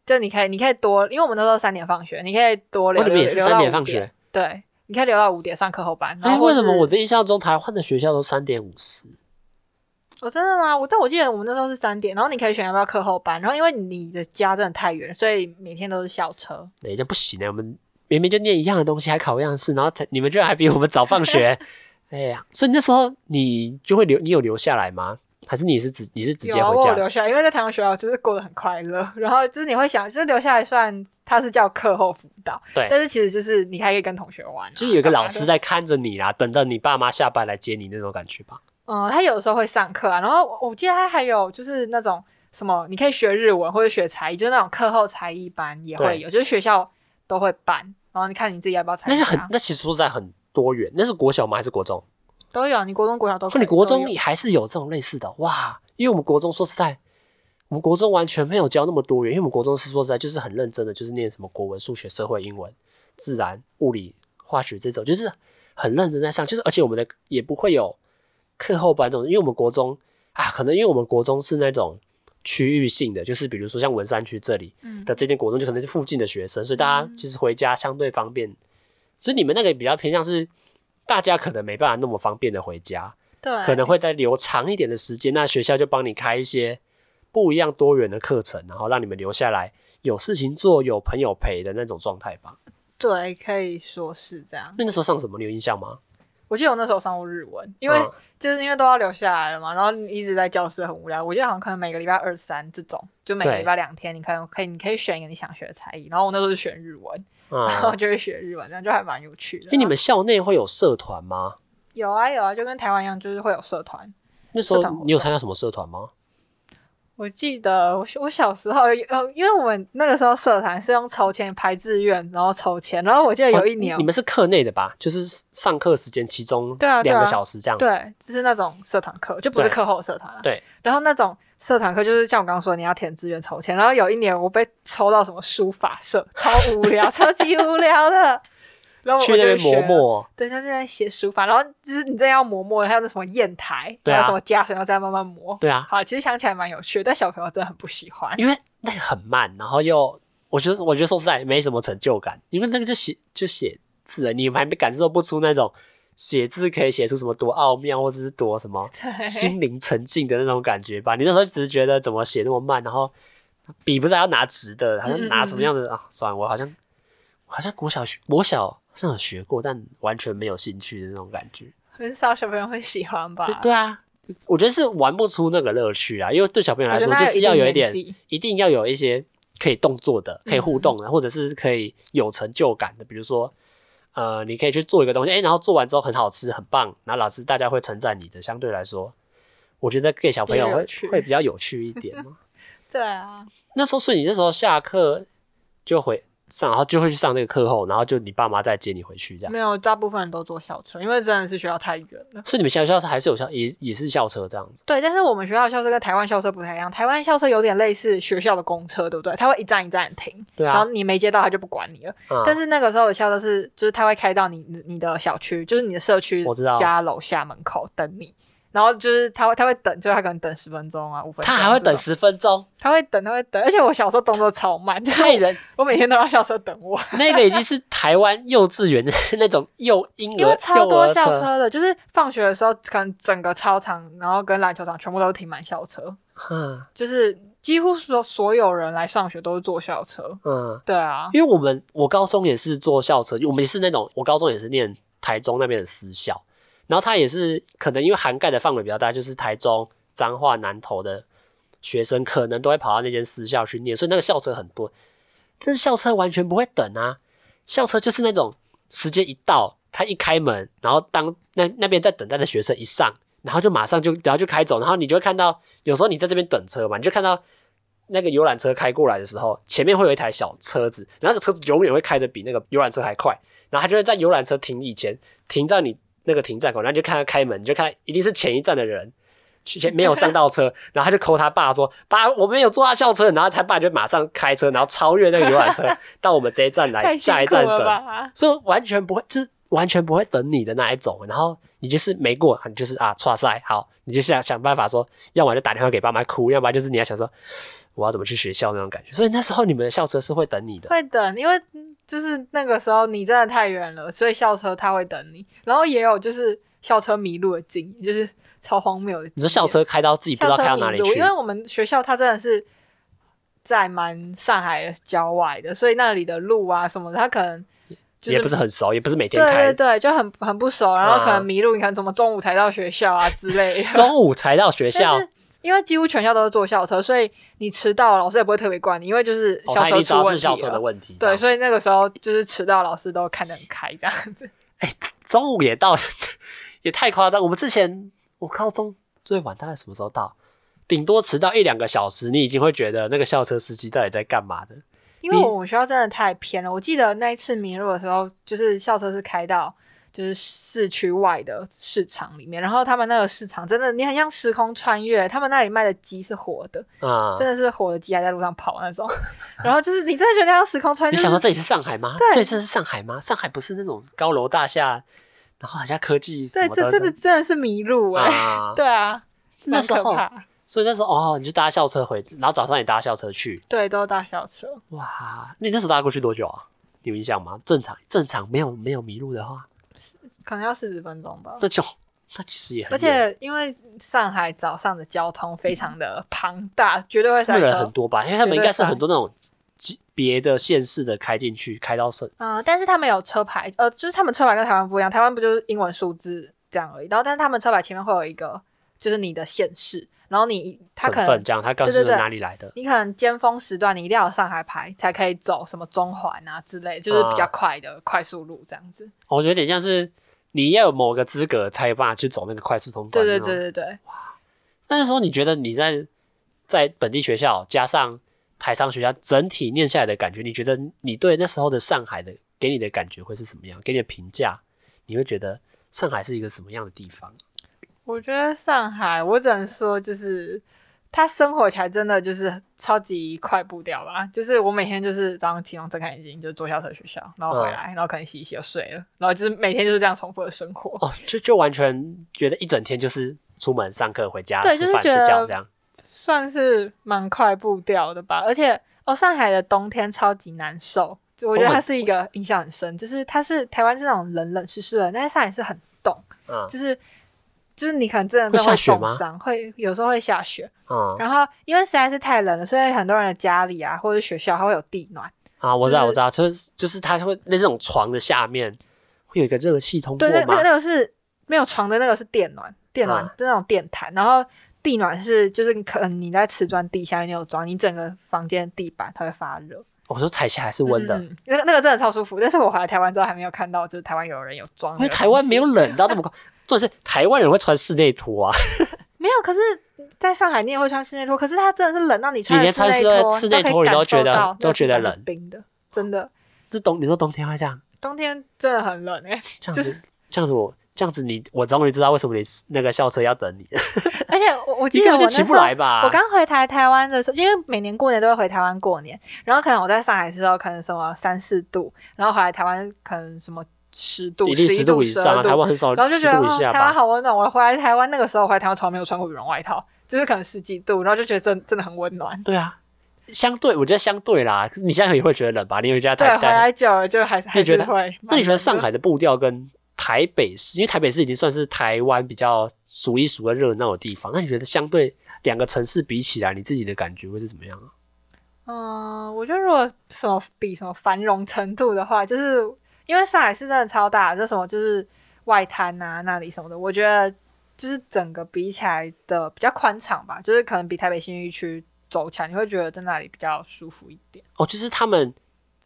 [SPEAKER 1] 就你可以你可以多，因为我们那时候三点放学，你可以多留
[SPEAKER 2] 哦你们也是
[SPEAKER 1] 留
[SPEAKER 2] 三
[SPEAKER 1] 到
[SPEAKER 2] 点
[SPEAKER 1] 5
[SPEAKER 2] 放学，
[SPEAKER 1] 对，你可以留到五点上课后班。然
[SPEAKER 2] 哎、
[SPEAKER 1] 后或
[SPEAKER 2] 为什么
[SPEAKER 1] 是
[SPEAKER 2] 我的印象中台湾的学校都三点五十？
[SPEAKER 1] 我、哦真的吗？我但我记得我们那时候是三点，然后你可以选要不要课后班，然后因为你的家真的太远，所以每天都是校车。
[SPEAKER 2] 哎、这样不行哎、我们明明就念一样的东西，还考一样的试，然后他你们居然还比我们早放
[SPEAKER 1] (laughs)
[SPEAKER 2] 学。哎呀，所以那时候你就会留，你有留下来吗？还是你是直你是直
[SPEAKER 1] 有
[SPEAKER 2] 接
[SPEAKER 1] 啊，
[SPEAKER 2] 回
[SPEAKER 1] 我
[SPEAKER 2] 家
[SPEAKER 1] 有？留下来，因为在台湾学校就是过得很快乐，然后就是你会想，就是留下来算它是叫课后辅导，
[SPEAKER 2] 对
[SPEAKER 1] 但是其实就是你还可以跟同学玩啊、
[SPEAKER 2] 就是有一个
[SPEAKER 1] 干嘛
[SPEAKER 2] 老
[SPEAKER 1] 的
[SPEAKER 2] 师，在看着你啦，等到你爸妈下班来接你那种感觉吧。
[SPEAKER 1] 嗯，他有的时候会上课啊，然后我我记得他还有就是那种什么，你可以学日文或者学才艺，就是那种课后才艺班也
[SPEAKER 2] 对
[SPEAKER 1] 会有，就是学校都会办，然后你看你自己要不要参加，
[SPEAKER 2] 那是很，那其实说实在很多元。那是国小吗？还是国中？
[SPEAKER 1] 都有，啊你国中国小都可
[SPEAKER 2] 说
[SPEAKER 1] 以，
[SPEAKER 2] 你国
[SPEAKER 1] 都
[SPEAKER 2] 中
[SPEAKER 1] 有
[SPEAKER 2] 你还是有这种类似的哇？因为我们国中说实在，我们国中完全没有教那么多元，因为我们国中是说实在就是很认真的，就是念什么国文、数学、社会、英文、自然、物理、化学这种，就是很认真在上，就是而且我们的也不会有课后班这种，因为我们国中啊，可能因为我们国中是那种区域性的，就是比如说像文山区这里
[SPEAKER 1] 嗯
[SPEAKER 2] 的这间国中，就可能是附近的学生，所以大家其实回家相对方便，所以你们那个比较偏向是大家可能没办法那么方便的回家，
[SPEAKER 1] 呃对，
[SPEAKER 2] 可能会再留长一点的时间，那学校就帮你开一些不一样多元的课程，然后让你们留下来有事情做、有朋友陪的那种状态吧。
[SPEAKER 1] 对，可以说是这样。
[SPEAKER 2] 那那时候上什么，你有印象吗？
[SPEAKER 1] 我记得我那时候上过日文，因为、
[SPEAKER 2] 嗯
[SPEAKER 1] 就是因为都要留下来了嘛，然后你一直在教室很无聊。我记得好像可能每个礼拜二三这种，就每个
[SPEAKER 2] 对
[SPEAKER 1] 礼拜两天，你可能可以你可以选一个你想学的才艺。然后我那时候就选日文， (laughs)
[SPEAKER 2] 啊、
[SPEAKER 1] 然后就会学日文，这样就还蛮有趣的。
[SPEAKER 2] 因为你们校内会有社团吗？
[SPEAKER 1] 有啊有啊，就跟台湾一样，就是会有社团。
[SPEAKER 2] 那时
[SPEAKER 1] 社团活
[SPEAKER 2] 候
[SPEAKER 1] 动
[SPEAKER 2] 你有参加什么社团吗？
[SPEAKER 1] 我记得我小我小时候有，呃，因为我们那个时候社团是用抽签排志愿，然后抽签，然后我记得有一年
[SPEAKER 2] 哦你，们是课内的吧？就是上课时间其中
[SPEAKER 1] 对啊对啊
[SPEAKER 2] 两个小时这样子。
[SPEAKER 1] 对，就是那种社团课，就不是
[SPEAKER 2] 对
[SPEAKER 1] 课后社团了。
[SPEAKER 2] 对。
[SPEAKER 1] 然后那种社团课就是像我刚刚说，你要填志愿抽签。然后有一年我被抽到什么书法社，超无聊，超级无聊的。
[SPEAKER 2] (laughs)
[SPEAKER 1] 然后我
[SPEAKER 2] 去那
[SPEAKER 1] 就
[SPEAKER 2] 边
[SPEAKER 1] 学
[SPEAKER 2] 磨
[SPEAKER 1] 了，
[SPEAKER 2] 墨，
[SPEAKER 1] 对，他就在写书法，然后就是你真的要磨墨，还有那什么砚台，
[SPEAKER 2] 对啊
[SPEAKER 1] 然后什么加水，然后再慢慢磨。
[SPEAKER 2] 对啊，
[SPEAKER 1] 好，其实想起来蛮有趣的，但小朋友真的很不喜欢。
[SPEAKER 2] 因为那个很慢，然后又我觉得我觉得说实在没什么成就感，因为那个就写就写字了，你还没感受不出那种写字可以写出什么多奥妙，或者 (laughs) 是多什么
[SPEAKER 1] 对
[SPEAKER 2] 心灵沉静的那种感觉吧。你那时候只是觉得怎么写那么慢，然后笔不是还要拿直的，好像
[SPEAKER 1] 嗯
[SPEAKER 2] 拿什么样的啊？算了，我好像我好像国小学国小好像有学过，但完全没有兴趣的那种感觉。
[SPEAKER 1] 很少小朋友会喜欢吧？
[SPEAKER 2] 对对啊，我觉得是玩不出那个乐趣啊，因为对小朋友来
[SPEAKER 1] 我觉
[SPEAKER 2] 说
[SPEAKER 1] 得
[SPEAKER 2] 就是要
[SPEAKER 1] 那有一
[SPEAKER 2] 有一
[SPEAKER 1] 定
[SPEAKER 2] 点
[SPEAKER 1] 年纪，
[SPEAKER 2] 一定要有一些可以动作的、可以互动的，
[SPEAKER 1] 嗯
[SPEAKER 2] 啊或者是可以有成就感的，比如说。呃，你可以去做一个东西，哎、然后做完之后很好吃，很棒，然后老师大家会称赞你的。相对来说，我觉得给小朋友
[SPEAKER 1] 比较有
[SPEAKER 2] 会
[SPEAKER 1] 趣
[SPEAKER 2] 会比较有趣一点
[SPEAKER 1] (laughs)
[SPEAKER 2] 嘛。
[SPEAKER 1] 对啊，
[SPEAKER 2] 那时候，所以你那时候下课就回上，然后就会去上那个课后，然后就你爸妈再接你回去这样。
[SPEAKER 1] 没，有，大部分人都坐校车，因为真的是学校太远了。
[SPEAKER 2] 所以你们学校是还是有校也也是校车这样子。
[SPEAKER 1] 对，但是我们学校的校车跟台湾校车不太一样，台湾校车有点类似学校的公车，对不对？它会一站一站停，
[SPEAKER 2] 对
[SPEAKER 1] 然
[SPEAKER 2] 啊
[SPEAKER 1] 后，你没接到它就不管你了。
[SPEAKER 2] 嗯
[SPEAKER 1] 但是那个时候的校车是，就是它会开到你你你的小区，就是你的社区
[SPEAKER 2] 我知道
[SPEAKER 1] 家楼下门口等你。然后就是他会，他会等，就是他可能等十分钟啊，五分钟。
[SPEAKER 2] 他还会等，十分钟，
[SPEAKER 1] 他会等，他会等。而且我小时候动作超慢，就是
[SPEAKER 2] 害人！
[SPEAKER 1] 我每天都让校车等我。 (laughs)
[SPEAKER 2] 那个已经是台湾幼稚园 (laughs) 的那种幼婴
[SPEAKER 1] 因
[SPEAKER 2] 儿
[SPEAKER 1] 为超多
[SPEAKER 2] 幼
[SPEAKER 1] 校
[SPEAKER 2] 儿车，
[SPEAKER 1] 车的，就是放学的时候，可能整个操场，然后跟篮球场全部都停满校车，
[SPEAKER 2] 嗯
[SPEAKER 1] 就是几乎所所有人来上学都是坐校车。
[SPEAKER 2] 嗯，
[SPEAKER 1] 对啊，
[SPEAKER 2] 因为我们我高中也是坐校车，我们也是那种我高中也是念台中那边的私校，然后他也是可能因为涵盖的范围比较大，就是台中、彰化、南投的学生可能都会跑到那间私校去念，所以那个校车很多，但是校车完全不会等啊，校车就是那种时间一到，他一开门，然后当那那边在等待的学生一上，然后就马上就然后就开走，然后你就会看到，有时候你在这边等车嘛，你就看到那个游览车开过来的时候，前面会有一台小车子，然后那个车子永远会开得比那个游览车还快，然后它就会在游览车停以前停在你那个停站口，然后你就看他开门，你就看一定是前一站的人。前没有上到车，然后他就扣他爸说：“爸，我没有坐他校车。”然后他爸就马上开车，然后超越那个游览车，到我们这一站来，
[SPEAKER 1] 太辛
[SPEAKER 2] 下一
[SPEAKER 1] 苦
[SPEAKER 2] 站
[SPEAKER 1] 了
[SPEAKER 2] 等。
[SPEAKER 1] 吧？
[SPEAKER 2] 是完全不会，就是完全不会等你的那一种。然后你就是没过，你就是啊，刷塞，好，你就想想办法说，要么就打电话给爸妈哭，要不然就是你要想说我要怎么去学校那种感觉。所以那时候你们的校车是会等你的，
[SPEAKER 1] 会等，因为就是那个时候你真的太远了，所以校车他会等你。然后也有就是校车迷路的经验，就是超荒谬的经验。
[SPEAKER 2] 你说校车开到自己不知道
[SPEAKER 1] 校
[SPEAKER 2] 开到
[SPEAKER 1] 车
[SPEAKER 2] 哪
[SPEAKER 1] 迷
[SPEAKER 2] 里
[SPEAKER 1] 路，
[SPEAKER 2] 去
[SPEAKER 1] 因，为我们学校它真的是在蛮上海的郊外的，所以那里的路啊什么的，它可能就是
[SPEAKER 2] 也不是很熟，也不是每天
[SPEAKER 1] 对对
[SPEAKER 2] 开，
[SPEAKER 1] 对，就很很不熟，然后可
[SPEAKER 2] 嗯
[SPEAKER 1] 能迷路，你看怎么中午才到学校啊之类的。
[SPEAKER 2] 中午才到学校
[SPEAKER 1] 但，是因为几乎全校都是坐校车，所以你迟到，老师也不会特别怪你，因为就是
[SPEAKER 2] 哦，
[SPEAKER 1] 校
[SPEAKER 2] 他一
[SPEAKER 1] 车
[SPEAKER 2] 定知
[SPEAKER 1] 出
[SPEAKER 2] 道
[SPEAKER 1] 问
[SPEAKER 2] 是
[SPEAKER 1] 题
[SPEAKER 2] 校车
[SPEAKER 1] 了
[SPEAKER 2] 的问题。
[SPEAKER 1] 对，
[SPEAKER 2] 以
[SPEAKER 1] 所以那个时候就是迟到，老师都看得很开这样子。
[SPEAKER 2] 中午也到， (laughs) 也太夸张。我们之前我高中最晚大概什么时候到？顶多迟到一两个小时，你已经会觉得那个校车司机到底在干嘛的。
[SPEAKER 1] (laughs) 因为
[SPEAKER 2] 你
[SPEAKER 1] 我们学校真的太偏了，我记得那一次迷路的时候，就是校车是开到就是市区外的市场里面，然后他们那个市场真的你很像时空穿越，他们那里卖的鸡是活的，
[SPEAKER 2] 啊、
[SPEAKER 1] 真的是活的鸡还在路上跑那种，然后就是你真的觉得像时空穿越，
[SPEAKER 2] 你
[SPEAKER 1] 就是
[SPEAKER 2] 想说这里是上海吗？
[SPEAKER 1] 对
[SPEAKER 2] 这里真的是上海吗？上海不是那种高楼大厦，然后好像科技什
[SPEAKER 1] 对，
[SPEAKER 2] 么
[SPEAKER 1] 这真的
[SPEAKER 2] 的
[SPEAKER 1] 真的是迷路哎、
[SPEAKER 2] 啊。
[SPEAKER 1] 对啊，
[SPEAKER 2] 那
[SPEAKER 1] 蛮
[SPEAKER 2] 时
[SPEAKER 1] 可
[SPEAKER 2] 候
[SPEAKER 1] 怕，
[SPEAKER 2] 所以那时候哦，你就搭校车回，然后早上也搭校车去。
[SPEAKER 1] 对，都是搭校车，
[SPEAKER 2] 哇，那你那时候搭过去多久啊？你有印象吗？正常正常，没有没有迷路的话，
[SPEAKER 1] 可能要四十分钟吧。
[SPEAKER 2] 那就那其实也很
[SPEAKER 1] 而
[SPEAKER 2] 远
[SPEAKER 1] 且因为上海早上的交通非常的庞大，绝对会
[SPEAKER 2] 他
[SPEAKER 1] 塞
[SPEAKER 2] 们人很
[SPEAKER 1] 车。
[SPEAKER 2] 多吧，因为他们应该是
[SPEAKER 1] 绝对是
[SPEAKER 2] 很多那种几别的县市的开进去，开到省
[SPEAKER 1] 嗯、但是他们有车牌，呃，就是他们车牌跟台湾不一样，台湾不就是英文数字这样而已。然后，但是他们车牌前面会有一个，就是你的县市，然后你他
[SPEAKER 2] 省
[SPEAKER 1] 可能
[SPEAKER 2] 份这样，他告诉
[SPEAKER 1] 对
[SPEAKER 2] 你
[SPEAKER 1] 对对
[SPEAKER 2] 哪里来的。
[SPEAKER 1] 你可能尖峰时段你一定要有上海牌才可以走什么中环啊之类，就是比较快的快速路这样子。
[SPEAKER 2] 哦我觉得有点像是你要有某个资格才有办法去走那个快速通关。
[SPEAKER 1] 对对对。对对，
[SPEAKER 2] 那时候你觉得你在在本地学校加上台商学校整体念下来的感觉，你觉得你对那时候的上海的给你的感觉会是什么样？给你的评价，你会觉得上海是一个什么样的地方？
[SPEAKER 1] 我觉得上海，我只能说就是。他生活起来真的就是超级快步调吧，就是我每天就是早上起床睁开眼睛就坐校车学校，然
[SPEAKER 2] 嗯
[SPEAKER 1] 后回来，然后可能洗一洗就睡了，然后就是每天就是这样重复的生活。
[SPEAKER 2] 哦，就就完全觉得一整天就是出门上课回家
[SPEAKER 1] 对
[SPEAKER 2] 吃
[SPEAKER 1] 就是
[SPEAKER 2] 饭睡
[SPEAKER 1] 觉得
[SPEAKER 2] 觉这样。
[SPEAKER 1] 算是蛮快步调的吧。而且哦，上海的冬天超级难受，就我觉得它是一个印象很深，就是它是台湾是那种冷冷湿湿的，但是上海是很冻，
[SPEAKER 2] 嗯
[SPEAKER 1] 就是就是你可能真的
[SPEAKER 2] 会
[SPEAKER 1] 是
[SPEAKER 2] 下
[SPEAKER 1] 会
[SPEAKER 2] 雪
[SPEAKER 1] 冻
[SPEAKER 2] 吗
[SPEAKER 1] 伤，会有时候会下雪。
[SPEAKER 2] 嗯
[SPEAKER 1] 然后因为实在是太冷了，所以很多人的家里啊或者学校它会有地暖，
[SPEAKER 2] 啊，我知道，
[SPEAKER 1] 就是
[SPEAKER 2] 我知道，就是就是它会那种床的下面会有一个热气通过
[SPEAKER 1] 对，那那
[SPEAKER 2] 嘛
[SPEAKER 1] 个，那个是没有床的那个是电暖，电暖、
[SPEAKER 2] 啊
[SPEAKER 1] 那种电毯，然后地暖是就是你可能你在瓷砖地下面你有装，你整个房间的地板它会发热，
[SPEAKER 2] 我说踩起来是温的，
[SPEAKER 1] 嗯嗯嗯那个那个真的超舒服。但是我回来台湾之后还没有看到，就是台湾有人有装那个
[SPEAKER 2] 因为
[SPEAKER 1] 东西，
[SPEAKER 2] 台 (laughs) 湾没有冷到那么快，就是台湾人会穿室内拖啊，
[SPEAKER 1] 没有，可是在上海你也会穿室内拖，可是它真的是冷到你穿
[SPEAKER 2] 你
[SPEAKER 1] 了
[SPEAKER 2] 连穿
[SPEAKER 1] 内
[SPEAKER 2] 室内
[SPEAKER 1] 拖，
[SPEAKER 2] 室内
[SPEAKER 1] 可以
[SPEAKER 2] 拖你
[SPEAKER 1] 感
[SPEAKER 2] 都觉
[SPEAKER 1] 受
[SPEAKER 2] 得
[SPEAKER 1] 到那
[SPEAKER 2] 都
[SPEAKER 1] 个
[SPEAKER 2] 觉
[SPEAKER 1] 地
[SPEAKER 2] 得
[SPEAKER 1] 板是
[SPEAKER 2] 冷
[SPEAKER 1] 冰的，真的。
[SPEAKER 2] 这冬你说冬天会这样，
[SPEAKER 1] 冬天真的很冷哎、
[SPEAKER 2] 这
[SPEAKER 1] 就
[SPEAKER 2] 样
[SPEAKER 1] 是
[SPEAKER 2] 子，这样子我这样子你我终于知道为什么你那个校车要等你，
[SPEAKER 1] (laughs) 而且我我
[SPEAKER 2] 你
[SPEAKER 1] 记
[SPEAKER 2] 根
[SPEAKER 1] 得我那
[SPEAKER 2] 本就
[SPEAKER 1] 时
[SPEAKER 2] 起
[SPEAKER 1] 候
[SPEAKER 2] 不来吧？
[SPEAKER 1] 我刚回台台湾的时候，因为每年过年都会回台湾过年，然后可能我在上海的时候可能什么三四度，然后回来台湾可能什么十度、
[SPEAKER 2] 一定
[SPEAKER 1] 十一
[SPEAKER 2] 十度
[SPEAKER 1] 度、
[SPEAKER 2] 以
[SPEAKER 1] 十
[SPEAKER 2] 上
[SPEAKER 1] 二
[SPEAKER 2] 啊，台
[SPEAKER 1] 度，
[SPEAKER 2] 湾很少
[SPEAKER 1] 然后就
[SPEAKER 2] 十
[SPEAKER 1] 觉得
[SPEAKER 2] 度以
[SPEAKER 1] 哦，
[SPEAKER 2] 下
[SPEAKER 1] 台湾
[SPEAKER 2] 吧。
[SPEAKER 1] 好温暖。我回来台湾那个时候，我回来台湾从来没有穿过羽绒外套，就是可能十几度，然后就觉得真真的很温暖。
[SPEAKER 2] 对啊，相对我觉得相对啦，可是你现在也会觉得冷吧？你回家
[SPEAKER 1] 对，
[SPEAKER 2] 台
[SPEAKER 1] 回
[SPEAKER 2] 台，
[SPEAKER 1] 来久了就还是还
[SPEAKER 2] 觉
[SPEAKER 1] 是
[SPEAKER 2] 得
[SPEAKER 1] 会。
[SPEAKER 2] 那你觉得上？海的步调跟台北市，因为台北市已经算是台湾比较数一数二热闹的地方，那你觉得相对两个城市比起来，你自己的感觉会是怎么样啊？
[SPEAKER 1] 嗯，我觉得如果什么比什么繁荣程度的话，就是因为上海市真的超大，这什么就是外滩啊那里什么的，我觉得就是整个比起来的比较宽敞吧，就是可能比台北新一区走起来，你会觉得在那里比较舒服一点。
[SPEAKER 2] 哦，就是他们。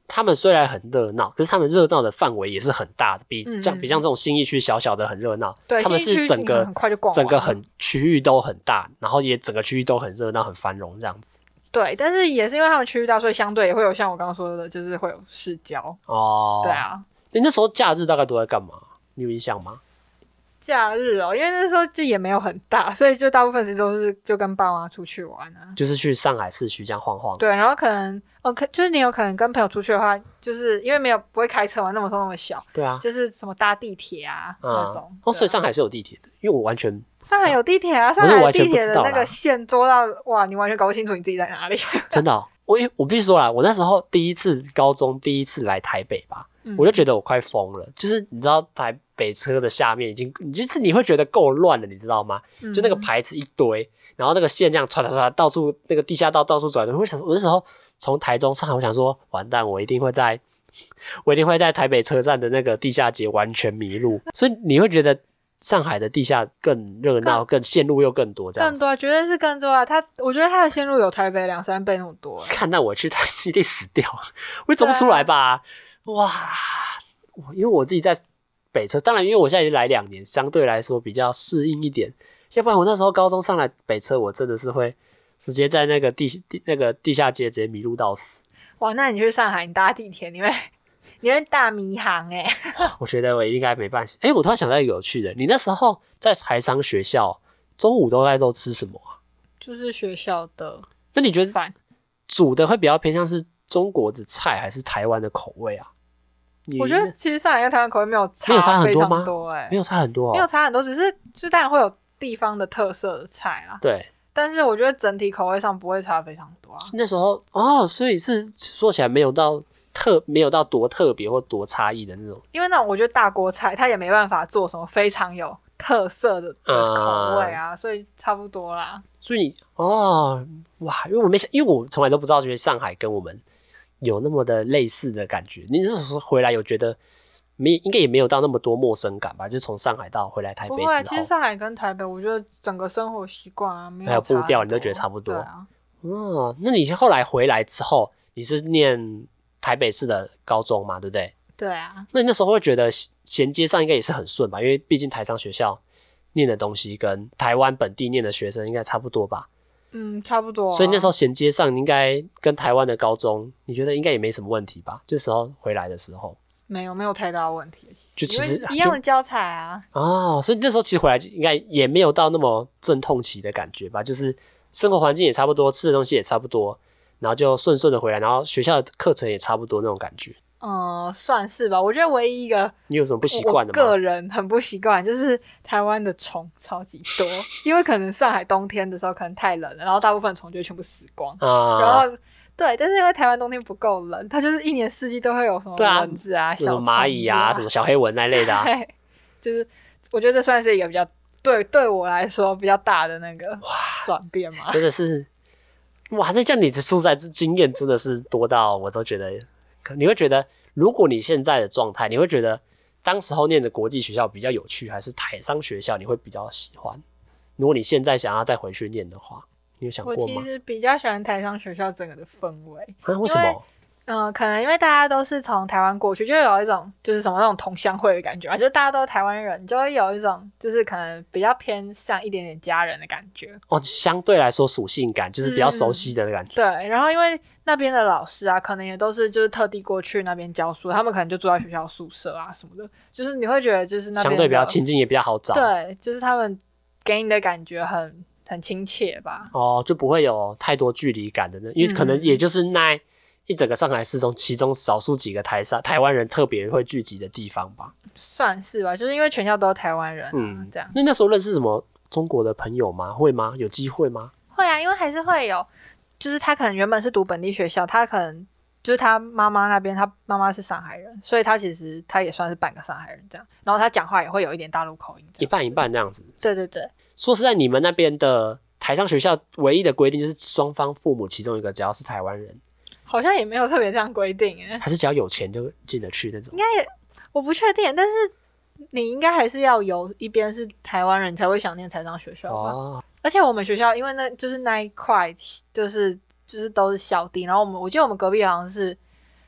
[SPEAKER 2] 他们虽然很热闹，可是他们热闹的范围也是很大的，比
[SPEAKER 1] 嗯
[SPEAKER 2] 像比像这种新一区小小的很热闹，
[SPEAKER 1] 对，
[SPEAKER 2] 他们
[SPEAKER 1] 信义
[SPEAKER 2] 是
[SPEAKER 1] 区
[SPEAKER 2] 整
[SPEAKER 1] 你
[SPEAKER 2] 个
[SPEAKER 1] 很啊快就逛完
[SPEAKER 2] 整个
[SPEAKER 1] 了
[SPEAKER 2] 很区域都很大，然后也整个区域都很热闹、很繁荣这样子。
[SPEAKER 1] 对，但是也是因为他们区域大，所以相对也会有像我刚刚说的，就是会有市郊。
[SPEAKER 2] 哦，
[SPEAKER 1] 对。啊，
[SPEAKER 2] 你那时候假日大概都在干嘛？你有印象吗？
[SPEAKER 1] 假日哦，因为那时候就也没有很大，所以就大部分时间都是就跟爸妈出去玩啊。
[SPEAKER 2] 就是去上海市区这样晃晃。
[SPEAKER 1] 对，然后可能哦，可就是你有可能跟朋友出去的话，就是因为没有不会开车嘛，那么多那么小，
[SPEAKER 2] 对啊，
[SPEAKER 1] 就是什么搭地铁啊、那
[SPEAKER 2] 啊
[SPEAKER 1] 种。
[SPEAKER 2] 哦，所以
[SPEAKER 1] 对
[SPEAKER 2] 上海是有地铁的，因为我完全不知
[SPEAKER 1] 上海
[SPEAKER 2] 道
[SPEAKER 1] 有地铁啊，上
[SPEAKER 2] 我是
[SPEAKER 1] 海
[SPEAKER 2] 完全
[SPEAKER 1] 地
[SPEAKER 2] 不
[SPEAKER 1] 铁
[SPEAKER 2] 知
[SPEAKER 1] 的
[SPEAKER 2] 道
[SPEAKER 1] 那
[SPEAKER 2] 啦
[SPEAKER 1] 个线多到哇，你完全搞不清楚你自己在哪里。
[SPEAKER 2] 真的哦、我因为我必须说啦，我那时候第一次高中第一次来台北吧， (laughs) 我就觉得我快疯了。就是你知道台北车的下面已经，你就是你会觉得够乱了，你知道吗？
[SPEAKER 1] 嗯
[SPEAKER 2] 就那个
[SPEAKER 1] 嗯
[SPEAKER 2] 牌子一堆，然后那个线这样唰唰唰到处那个地下道到处转。我会想，我那时候从台中上海，我想说完蛋，我一定会在，我一定会在台北车站的那个地下街完全迷路。所以你会觉得上海的地下更热闹，更线路又更多这样
[SPEAKER 1] 更
[SPEAKER 2] 子。
[SPEAKER 1] 多，绝对是更多啊！它，我觉得它的线路有台北两三倍那么多。欸
[SPEAKER 2] 看到我去， (laughs) 他一定死掉，我也走不
[SPEAKER 1] 啊
[SPEAKER 2] 出来吧？哇，我因为我自己在北车，当然因为我现在已经来两年，相对来说比较适应一点。要不然我那时候高中上来北车，我真的是会直接在那个地地那个地下街直接迷路到死。
[SPEAKER 1] 哇，那你去上海，你搭地铁，你会你会大迷航哎、
[SPEAKER 2] 我觉得我应该没办法。哎、我突然想到一个有趣的，你那时候在台商学校中午都在都吃什么啊？
[SPEAKER 1] 就是学校的
[SPEAKER 2] 那你觉得
[SPEAKER 1] 饭，
[SPEAKER 2] 煮的会比较偏向是中国的菜，还是台湾的口味啊？你
[SPEAKER 1] 我觉得其实上海跟台湾口味没有
[SPEAKER 2] 没有差很
[SPEAKER 1] 非
[SPEAKER 2] 多
[SPEAKER 1] 常
[SPEAKER 2] 吗
[SPEAKER 1] 多哎、
[SPEAKER 2] 没有差很多、哦，
[SPEAKER 1] 没有差很多，只是就是当然会有地方的特色的菜啦，
[SPEAKER 2] 对。
[SPEAKER 1] 但是我觉得整体口味上不会差非常多啊。
[SPEAKER 2] 那时候哦，所以是说起来没有到特没有到多特别或多差异的那种
[SPEAKER 1] 因为那种我觉得大锅菜它也没办法做什么非常有特色的
[SPEAKER 2] 嗯
[SPEAKER 1] 口味啊，所以差不多啦。
[SPEAKER 2] 所以你哦哇，因为我没想，因为我从来都不知道，觉得上海跟我们有那么的类似的感觉。你是说回来有觉得没应该也没有到那么多陌生感吧？就从上海到回来台
[SPEAKER 1] 不
[SPEAKER 2] 北
[SPEAKER 1] 会啊，其
[SPEAKER 2] 之
[SPEAKER 1] 实
[SPEAKER 2] 后，
[SPEAKER 1] 上海跟台北，我觉得整个生活习惯啊，没
[SPEAKER 2] 还有
[SPEAKER 1] 差很多
[SPEAKER 2] 步调你都觉得差不多
[SPEAKER 1] 对啊，
[SPEAKER 2] 哦，那你后来回来之后，你是念台北市的高中嘛？对不对？
[SPEAKER 1] 对啊，
[SPEAKER 2] 那你那时候会觉得衔接上应该也是很顺吧？因为毕竟台商学校念的东西跟台湾本地念的学生应该差不多吧，
[SPEAKER 1] 嗯，差不多啊、
[SPEAKER 2] 所以那时候衔接上应该跟台湾的高中，你觉得应该也没什么问题吧？这时候回来的时候
[SPEAKER 1] 没有没有太大问题，
[SPEAKER 2] 就其
[SPEAKER 1] 因
[SPEAKER 2] 实
[SPEAKER 1] 为一样的教材啊，
[SPEAKER 2] 哦，所以那时候其实回来就应该也没有到那么阵痛期的感觉吧，就是生活环境也差不多，吃的东西也差不多，然后就顺顺的回来，然后学校的课程也差不多那种感觉。
[SPEAKER 1] 嗯、算是吧。我觉得唯一一个
[SPEAKER 2] 你有什么不习
[SPEAKER 1] 我
[SPEAKER 2] 惯的
[SPEAKER 1] 个
[SPEAKER 2] 吗？
[SPEAKER 1] 人很不习惯，就是台湾的虫超级多，因为可能上海冬天的时候可能太冷了，然后大部分虫就会全部死光。然
[SPEAKER 2] 啊，
[SPEAKER 1] 后对，但是因为台湾冬天不够冷，它就是一年四季都会有什么
[SPEAKER 2] 对啊
[SPEAKER 1] 蚊子啊、
[SPEAKER 2] 有什
[SPEAKER 1] 小
[SPEAKER 2] 么蚂蚁啊，什
[SPEAKER 1] 虫子
[SPEAKER 2] 么小黑蚊那类的、啊
[SPEAKER 1] 啊，，对，就是我觉得这算是一个比较对对我来说比较大的那个转变嘛。
[SPEAKER 2] (laughs) 真的是，哇！那这样你的素材经验真的是多到我都觉得，你会觉得，如果你现在的状态，你会觉得当时候念的国际学校比较有趣，还是台商学校你会比较喜欢？如果你现在想要再回去念的话，你有想
[SPEAKER 1] 我
[SPEAKER 2] 过
[SPEAKER 1] 其
[SPEAKER 2] 吗？
[SPEAKER 1] 实比较喜欢台商学校整个的氛围，
[SPEAKER 2] 啊，为什么？
[SPEAKER 1] 嗯、可能因为大家都是从台湾过去，就有一种就是什么那种同乡会的感觉嘛，就大家都是台湾人，就会有一种就是可能比较偏向一点点家人的感觉。
[SPEAKER 2] 哦，相对来说属性感就是比较熟
[SPEAKER 1] 嗯
[SPEAKER 2] 悉的感觉。
[SPEAKER 1] 对，然后因为那边的老师啊，可能也都是就是特地过去那边教书，他们可能就住在学校宿舍啊什么的，就是你会觉得就是那边
[SPEAKER 2] 相对比较
[SPEAKER 1] 的
[SPEAKER 2] 亲近，也比较好找。
[SPEAKER 1] 对，就是他们给你的感觉很很亲切吧。
[SPEAKER 2] 哦，就不会有太多距离感的那，因为可能
[SPEAKER 1] 嗯
[SPEAKER 2] 也就是那一整个上海市中，其中少数几个台商台湾人特别会聚集的地方吧。
[SPEAKER 1] 算是吧，就是因为全校都是台湾人、啊，
[SPEAKER 2] 嗯
[SPEAKER 1] 这样
[SPEAKER 2] 那那时候认识什么中国的朋友吗？会吗？有机会吗？
[SPEAKER 1] 会啊，因为还是会有，就是他可能原本是读本地学校，他可能就是他妈妈那边，他妈妈是上海人，所以他其实他也算是半个上海人这样，然后他讲话也会有一点大陆口音，
[SPEAKER 2] 一半一。半那样子。
[SPEAKER 1] 对对对，
[SPEAKER 2] 说实在，你们那边的台商学校唯一的规定就是双方父母其中一个只要是台湾人，
[SPEAKER 1] 好像也没有特别这样规定诶，
[SPEAKER 2] 还是只要有钱就进得去那种。
[SPEAKER 1] 我不确定，但是你应该还是要有一边是台湾人，你才会想念台商学校吧。
[SPEAKER 2] 哦，
[SPEAKER 1] 而且我们学校，因为那就是那一块，就是就是都是校地，然后我们我记得我们隔壁好像是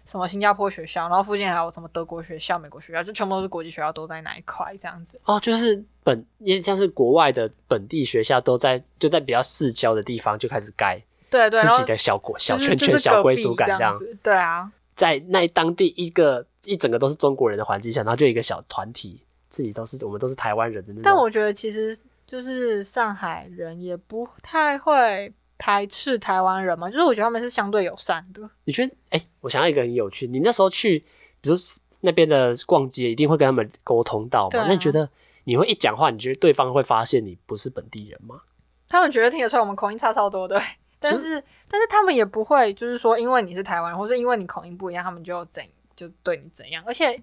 [SPEAKER 1] 什么新加坡学校，然后附近还有什么德国学校、美国学校，就全部都是国际学校，都在那一块这样子。
[SPEAKER 2] 哦，就是本也像是国外的本地学校都在就在比较市郊的地方就开始盖
[SPEAKER 1] 对对，
[SPEAKER 2] 自
[SPEAKER 1] 然后
[SPEAKER 2] 己的小国小
[SPEAKER 1] 就是
[SPEAKER 2] 圈
[SPEAKER 1] 就
[SPEAKER 2] 圈
[SPEAKER 1] 是
[SPEAKER 2] 小
[SPEAKER 1] 隔
[SPEAKER 2] 归
[SPEAKER 1] 壁
[SPEAKER 2] 属感
[SPEAKER 1] 这
[SPEAKER 2] 这样。
[SPEAKER 1] 子。对啊，
[SPEAKER 2] 在那当地一个一整个都是中国人的环境下，然后就有一个小团体，自己都是我们都是台湾人的那种。
[SPEAKER 1] 但我觉得其实就是上海人也不太会排斥台湾人嘛，就是我觉得他们是相对友善的。
[SPEAKER 2] 你觉得？哎、我想到一个很有趣，你那时候去，比如说那边的逛街，一定会跟他们沟通到嘛？
[SPEAKER 1] 对啊
[SPEAKER 2] 那你觉得你会一讲话，你觉得对方会发现你不是本地人吗？
[SPEAKER 1] 他们觉得听得出来我们口音差超
[SPEAKER 2] (laughs)
[SPEAKER 1] 多的，但是但是他们也不会就是说因为你是台湾人，或者因为你口音不一样，他们就怎就对你怎样，而且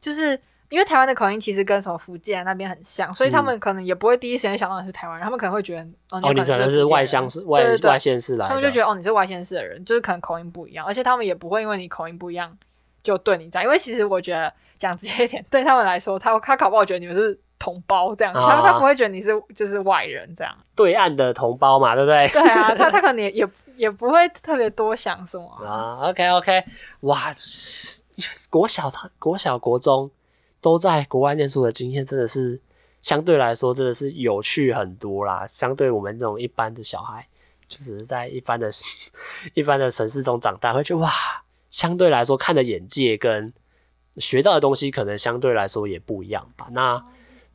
[SPEAKER 1] 就是。因为台湾的口音其实跟什么福建那边很像，
[SPEAKER 2] 嗯
[SPEAKER 1] 所以他们可能也不会第一时间想到你是台湾人，他们可能会觉得哦，
[SPEAKER 2] 哦，
[SPEAKER 1] 你
[SPEAKER 2] 你
[SPEAKER 1] 可
[SPEAKER 2] 可
[SPEAKER 1] 能
[SPEAKER 2] 能
[SPEAKER 1] 是
[SPEAKER 2] 是
[SPEAKER 1] 福建
[SPEAKER 2] 外
[SPEAKER 1] 人
[SPEAKER 2] 乡是外
[SPEAKER 1] 对对对
[SPEAKER 2] 外县市来的，
[SPEAKER 1] 他们就觉得哦，你是外县市的人，就是可能口音不一样，而且他们也不会因为你口音不一样就对你这样，因为其实我觉得讲直接一点，对他们来说，他他搞不好觉得你们是同胞这样，
[SPEAKER 2] 啊
[SPEAKER 1] 他他不会觉得你是就是外人这样。
[SPEAKER 2] 对岸的同胞嘛，对不对？
[SPEAKER 1] (laughs) 对啊，他他可能也也也不会特别多想什么啊、
[SPEAKER 2] 啊，OK OK，哇，国小、国小、国中都在国外念书的经验，真的是相对来说真的是有趣很多啦。相对我们这种一般的小孩，就只是在一般的、 (laughs) 一般的城市中长大，会觉得哇，相对来说看的眼界跟学到的东西，可能相对来说也不一样吧。那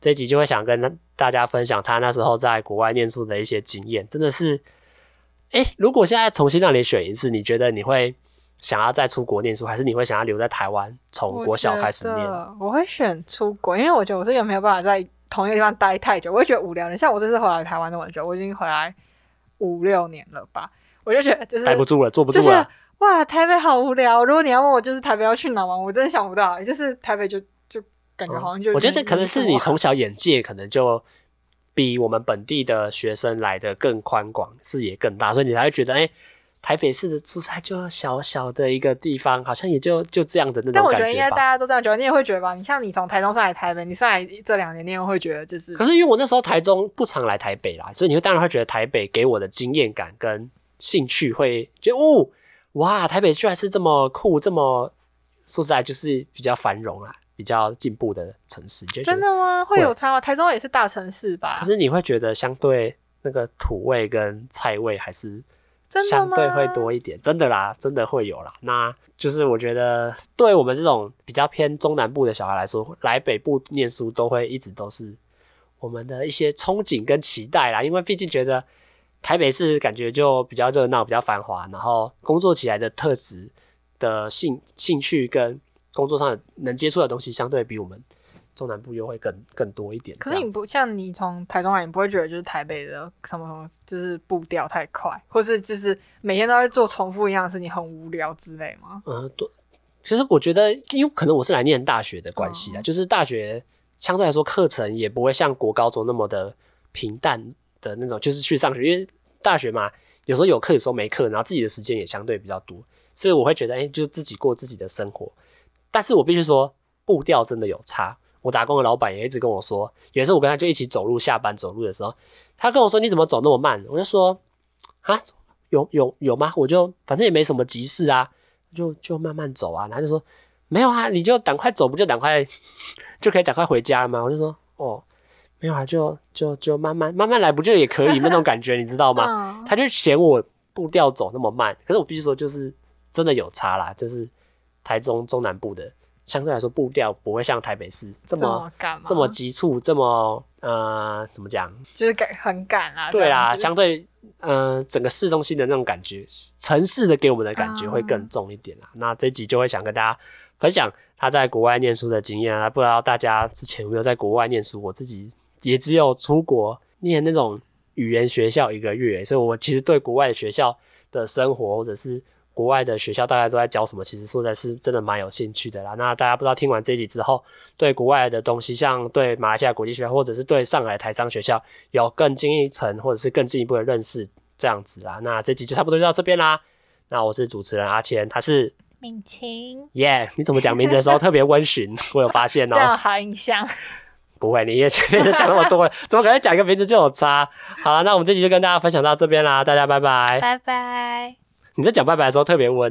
[SPEAKER 2] 这一集就会想跟大家分享他那时候在国外念书的一些经验，真的是。哎、如果现在重新让你选一次，你觉得你会想要再出国念书，还是你会想要留在台湾从国小开始
[SPEAKER 1] 我觉
[SPEAKER 2] 念？
[SPEAKER 1] 得我会选出国，因为我觉得我是一个没有办法在同一个地方待太久，我会觉得无聊的。像我这次回来台湾那么久，我已经回来五六年了吧，我就觉得就是
[SPEAKER 2] 待不住了，坐不
[SPEAKER 1] 就
[SPEAKER 2] 住
[SPEAKER 1] 是
[SPEAKER 2] 了。
[SPEAKER 1] 哇，台北好无聊。如果你要问我就是台北要去哪玩，我真的想不到，就是台北就就感哦觉好像就、
[SPEAKER 2] 嗯我觉得可能是
[SPEAKER 1] 没什
[SPEAKER 2] 你
[SPEAKER 1] 么
[SPEAKER 2] 从小眼界可能就比我们本地的学生来的更宽广，视野更大，所以你才会觉得，哎、台北市的出差就小小的一个地方，好像也就就这样的那
[SPEAKER 1] 但
[SPEAKER 2] 种
[SPEAKER 1] 我觉
[SPEAKER 2] 感
[SPEAKER 1] 得应该大
[SPEAKER 2] 觉吧。
[SPEAKER 1] 家都这样觉得，你也会觉得吧？你像你从台中上来台北，你上来这两年，你也会觉得就是
[SPEAKER 2] 可是因为我那时候台中不常来台北啦，所以你会当然会觉得台北给我的经验感跟兴趣会觉得，哦，哇，台北居然是这么酷，这么说实在就是比较繁荣啦，比较进步的城市，你就觉得
[SPEAKER 1] 真的吗？会
[SPEAKER 2] 会
[SPEAKER 1] 有差吗？台中也是大城市吧
[SPEAKER 2] 可？是你会觉得相对那个土味跟菜味还是
[SPEAKER 1] 真的
[SPEAKER 2] 相对
[SPEAKER 1] 吗
[SPEAKER 2] 会多一点，真的啦，真的会有啦。那就是我觉得对我们这种比较偏中南部的小孩来说，来北部念书都会一直都是我们的一些憧憬跟期待啦，因为毕竟觉得台北市感觉就比较热闹、比较繁华，然后工作起来的特质的兴兴趣跟工作上的能接触的东西，相对比我们中南部又会更更多一点。
[SPEAKER 1] 可
[SPEAKER 2] 这
[SPEAKER 1] 是
[SPEAKER 2] 样
[SPEAKER 1] 你
[SPEAKER 2] 子
[SPEAKER 1] 不像你从台中来，你不会觉得就是台北的什么什么就是步调太快，或是就是每天都在做重复一样的事情，很无聊之类吗？
[SPEAKER 2] 嗯，对。其实我觉得，因为可能我是来念大学的关系啊，就是大学相对来说课程也不会像国高中那么的平淡的那种，就是去上学，因为大学嘛，有时候有课，有时候没课，然后自己的时间也相对比较多，所以我会觉得，哎、就自己过自己的生活。但是我必须说，步调真的有差。我打工的老板也一直跟我说，有一次我跟他就一起走路，下班走路的时候，他跟我说：“你怎么走那么慢？”我就说：“啊，有有有吗？我就反正也没什么急事啊，就就慢慢走啊。”他就说：“没有啊，你就赶快走，不就赶快 (laughs) 就可以赶快回家了吗？”我就说：“哦，没有啊，就就就慢慢慢慢来，不就也可以那种感觉，你知道 (laughs) 吗？”
[SPEAKER 1] 嗯，
[SPEAKER 2] 他就嫌我步调走那么慢，可是我必须说，就是真的有差啦，就是台中中南部的相对来说步调不会像台北市
[SPEAKER 1] 这
[SPEAKER 2] 这么
[SPEAKER 1] 么赶吗？
[SPEAKER 2] 这么急促，这么呃怎么讲？
[SPEAKER 1] 就是赶很赶啦。
[SPEAKER 2] 对啦，
[SPEAKER 1] 啊这样
[SPEAKER 2] 相对呃整个市中心的那种感觉，城市的给我们的感
[SPEAKER 1] 啊
[SPEAKER 2] 觉会更重一点啦。啊那这集就会想跟大家分享他在国外念书的经验啊，不知道大家之前有没有在国外念书？我自己也只有出国念那种语言学校一个月，所以我其实对国外学校的生活或者是。国外的学校大家都在教什么？其实说实在是真的蛮有兴趣的啦。那大家不知道听完这集之后，对国外的东西，像对马来西亚国际学校或者是对上海台商学校有更进一层或者是更进一步的认识，这样子啦。那这集就差不多就到这边啦。那我是主持人阿谦，他是
[SPEAKER 3] 敏晴，
[SPEAKER 2] 耶你怎么讲名字的时候特别温驯， (laughs) 我有发现哦、
[SPEAKER 1] 这样好印象。
[SPEAKER 2] 不会，你也前面都讲那么
[SPEAKER 1] (laughs)
[SPEAKER 2] 多了，怎么可能讲一个名字就有差？好了，那我们这集就跟大家分享到这边啦，大家拜拜。
[SPEAKER 3] 拜拜。
[SPEAKER 2] 你在讲拜拜的时候特别温。